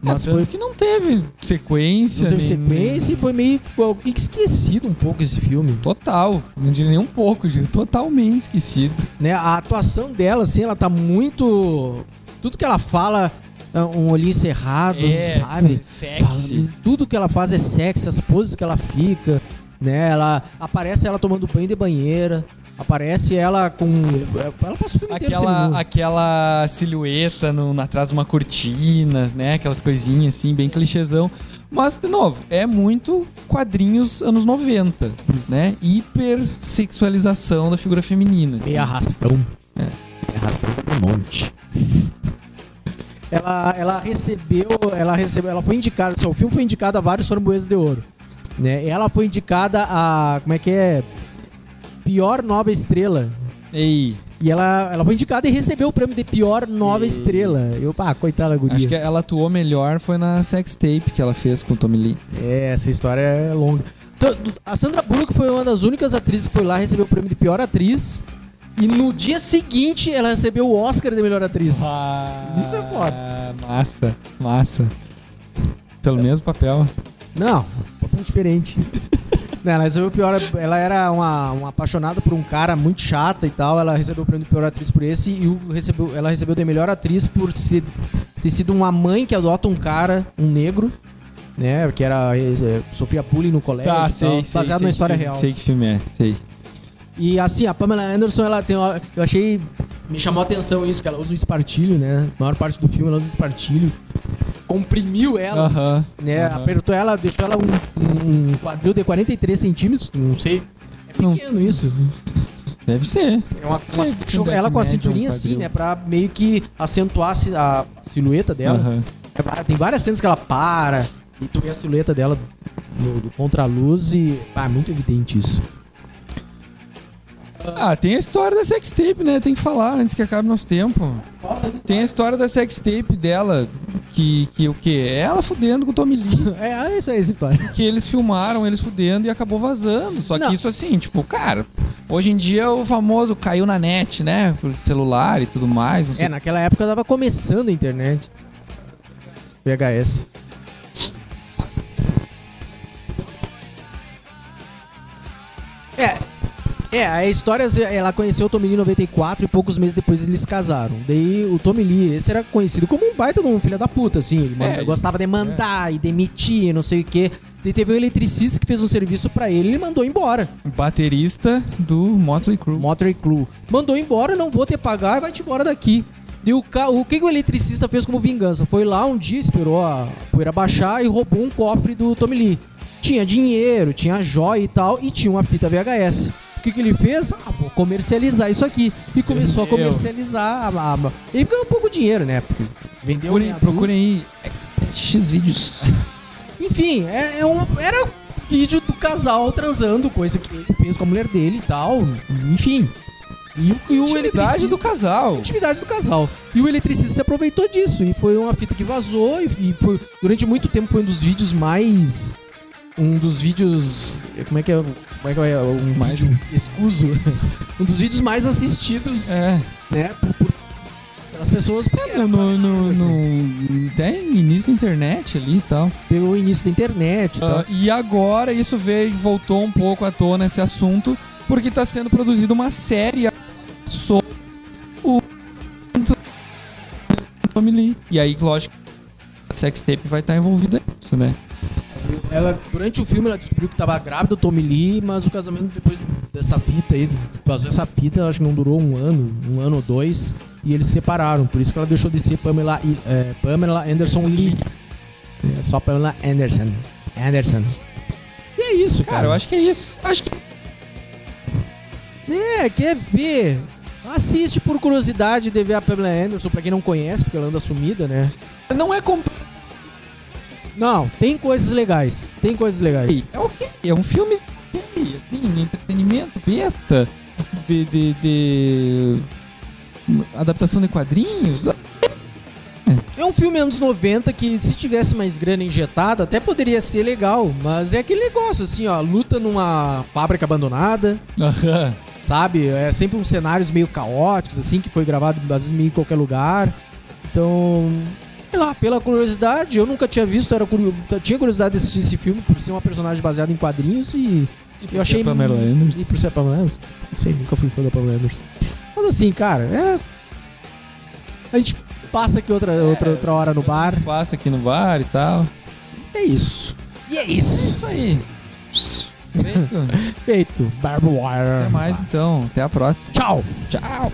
Speaker 2: Mas
Speaker 1: é,
Speaker 2: foi
Speaker 1: tanto que não teve sequência.
Speaker 2: não teve
Speaker 1: nem-
Speaker 2: sequência e foi meio esquecido um pouco esse filme.
Speaker 1: Total, não diria nem um pouco, diria totalmente esquecido.
Speaker 2: né? A atuação dela, assim, ela tá muito. Tudo que ela fala, é um olhinho cerrado, sabe?
Speaker 1: É, Sexy.
Speaker 2: Fala- Tudo que ela faz é sexy, as poses que ela fica, né? Ela aparece ela tomando banho de banheira, aparece ela com. Ela passa o filme inteiro sem nu.
Speaker 1: Aquela, aquela silhueta no, atrás de uma cortina, né? Aquelas coisinhas assim, bem clichêzão. Mas, de novo, é muito quadrinhos anos 90, né? Hipersexualização da figura feminina. assim.
Speaker 2: Meio arrastão. É. Arrastão um monte. Ela, ela recebeu, ela recebeu, ela foi indicada, assim, o filme foi indicado a vários framboesas de ouro, né? Ela foi indicada a, como é que é? Pior nova estrela
Speaker 1: Ei,
Speaker 2: E ela, ela foi indicada e recebeu o prêmio de pior nova estrela. Eu, pá, coitada da guria.
Speaker 1: Acho que é- ela atuou melhor foi na sex tape que ela fez com o Tommy Lee.
Speaker 2: É, essa história é longa. Então, A Sandra Bullock foi uma das únicas atrizes que foi lá recebeu o prêmio de pior atriz. E no dia seguinte ela recebeu o Oscar de melhor atriz. Isso é foda.
Speaker 1: Ah, Massa, massa. Pelo mesmo papel.
Speaker 2: Não, um pouquinho diferente. Não, ela recebeu o pior. é, Ela era uma, uma apaixonada por um cara muito chata e tal. Ela recebeu o prêmio de pior atriz por esse e o recebeu, ela recebeu de melhor atriz por ser- ter sido uma mãe que adota um cara, um negro, né? Que era eh, Sofia Pulling no colégio. e tal, baseado na história
Speaker 1: que,
Speaker 2: real.
Speaker 1: Tá, Sei que filme é, sei.
Speaker 2: E assim, a Pamela Anderson, ela tem. uma- Eu achei. Me chamou a atenção isso, que ela usa o espartilho, né? A maior parte do filme ela usa o espartilho. Comprimiu ela,
Speaker 1: Aham.
Speaker 2: né?
Speaker 1: aham.
Speaker 2: Apertou ela, deixou ela um, um quadril de 43 centímetros. Não sei. É
Speaker 1: Não.
Speaker 2: pequeno isso.
Speaker 1: Deve ser.
Speaker 2: É uma, uma-
Speaker 1: É,
Speaker 2: deixou ela com a
Speaker 1: média, um
Speaker 2: cinturinha assim,
Speaker 1: quadril.
Speaker 2: né? Pra meio que acentuar a ci- a silhueta dela.
Speaker 1: Aham.
Speaker 2: É, Tem várias cenas que ela para e tu vê a silhueta dela no, do contra-luz e. Ah, é muito evidente isso.
Speaker 1: Ah, tem a história da sextape, né? Tem que falar antes que acabe nosso tempo. Tem a história da sextape dela, que, que o quê? É Ela fudendo com o Tommy Lee,
Speaker 2: É, é isso aí, essa história.
Speaker 1: que eles filmaram eles fudendo e acabou vazando. Só que
Speaker 2: Não.
Speaker 1: isso assim, tipo, cara, hoje em dia o famoso caiu na net, né? Por celular e tudo mais, não sei
Speaker 2: É, naquela época tava começando a internet. VHS. É, é, a história, ela conheceu o Tommy Lee em 94 e poucos meses depois eles casaram. Daí o Tommy Lee, esse era conhecido como um baita de um filho da puta, assim. Ele manda-
Speaker 1: É,
Speaker 2: gostava de mandar e demitir e não sei o quê. Daí teve um eletricista que fez um serviço pra ele e ele mandou embora.
Speaker 1: baterista do Motley Crue.
Speaker 2: Motor Crew. Mandou embora, não vou te pagar, vai-te embora daqui. E o, ca... o que, que o eletricista fez como vingança? Foi lá um dia, esperou a poeira baixar e roubou um cofre do Tommy Lee. Tinha dinheiro, tinha joia e tal, e tinha uma fita VHS. O que, que ele fez? Ah, vou comercializar isso aqui. E começou a
Speaker 1: Meu.
Speaker 2: comercializar. A... a- Ele ganhou pouco dinheiro, né? Porque vendeu.
Speaker 1: Procurem,
Speaker 2: meia dúzia.
Speaker 1: procurem aí X vídeos.
Speaker 2: Enfim, é, é um- era um vídeo do casal transando, coisa que ele fez com a mulher dele e tal. Enfim. E, o- e o
Speaker 1: Utilidade
Speaker 2: eletricista.
Speaker 1: do casal.
Speaker 2: intimidade do casal. E o eletricista se aproveitou disso. E foi uma fita que vazou. E, e foi, durante muito tempo foi um dos vídeos mais. Um dos vídeos. Como é que é? Como é que é? Um
Speaker 1: Mais
Speaker 2: vídeo escuso. um dos vídeos mais assistidos,
Speaker 1: É.
Speaker 2: né? Por, por- pelas pessoas. Porque era
Speaker 1: No, no, no,
Speaker 2: Anderson.
Speaker 1: no- até início da internet ali e tal.
Speaker 2: Pegou o início da internet e tal.
Speaker 1: Ah, e agora isso veio e voltou um pouco à tona esse assunto, porque tá sendo produzida uma série sobre o Tommy Lee. E aí, lógico, a sextape vai estar envolvida nisso, né?
Speaker 2: Ela, durante o filme, ela descobriu que tava grávida do Tommy Lee, mas o casamento depois dessa fita aí, vazou essa fita, acho que não durou um ano, um ano ou dois, e eles se separaram. Por isso que ela deixou de ser Pamela, I- é, Pamela Anderson Lee. É só Pamela Anderson. Anderson. E é isso, cara.
Speaker 1: Cara, eu acho que é isso. Acho que
Speaker 2: É, quer ver? Assiste por curiosidade de ver a Pamela Anderson, pra quem não conhece, porque ela anda sumida, né?
Speaker 1: não é compl-
Speaker 2: Não, tem coisas legais. Tem coisas legais.
Speaker 1: É ok. É um filme ok, assim, entretenimento besta de, de, de- adaptação de quadrinhos.
Speaker 2: É um filme anos 90 que, se tivesse mais grana injetada, até poderia ser legal, mas é aquele negócio assim, ó, luta numa fábrica abandonada,
Speaker 1: Aham.
Speaker 2: sabe? É sempre uns cenários meio caóticos, assim, que foi gravado às vezes meio em qualquer lugar. Então, sei lá, pela curiosidade, eu nunca tinha visto, era curio- tinha curiosidade de assistir esse filme por ser uma personagem baseada em quadrinhos e eu achei.
Speaker 1: Pamela
Speaker 2: E
Speaker 1: Anderson.
Speaker 2: por ser a Pamela Anderson? Não sei, nunca fui fã da Pamela Anderson. Mas assim, cara, é. A gente passa aqui outra, outra, outra hora no bar.
Speaker 1: Passa aqui no bar e tal.
Speaker 2: É isso. E é isso.
Speaker 1: Isso aí. Feito.
Speaker 2: Feito. Barbwire.
Speaker 1: Até mais então. Até a próxima.
Speaker 2: Tchau.
Speaker 1: Tchau.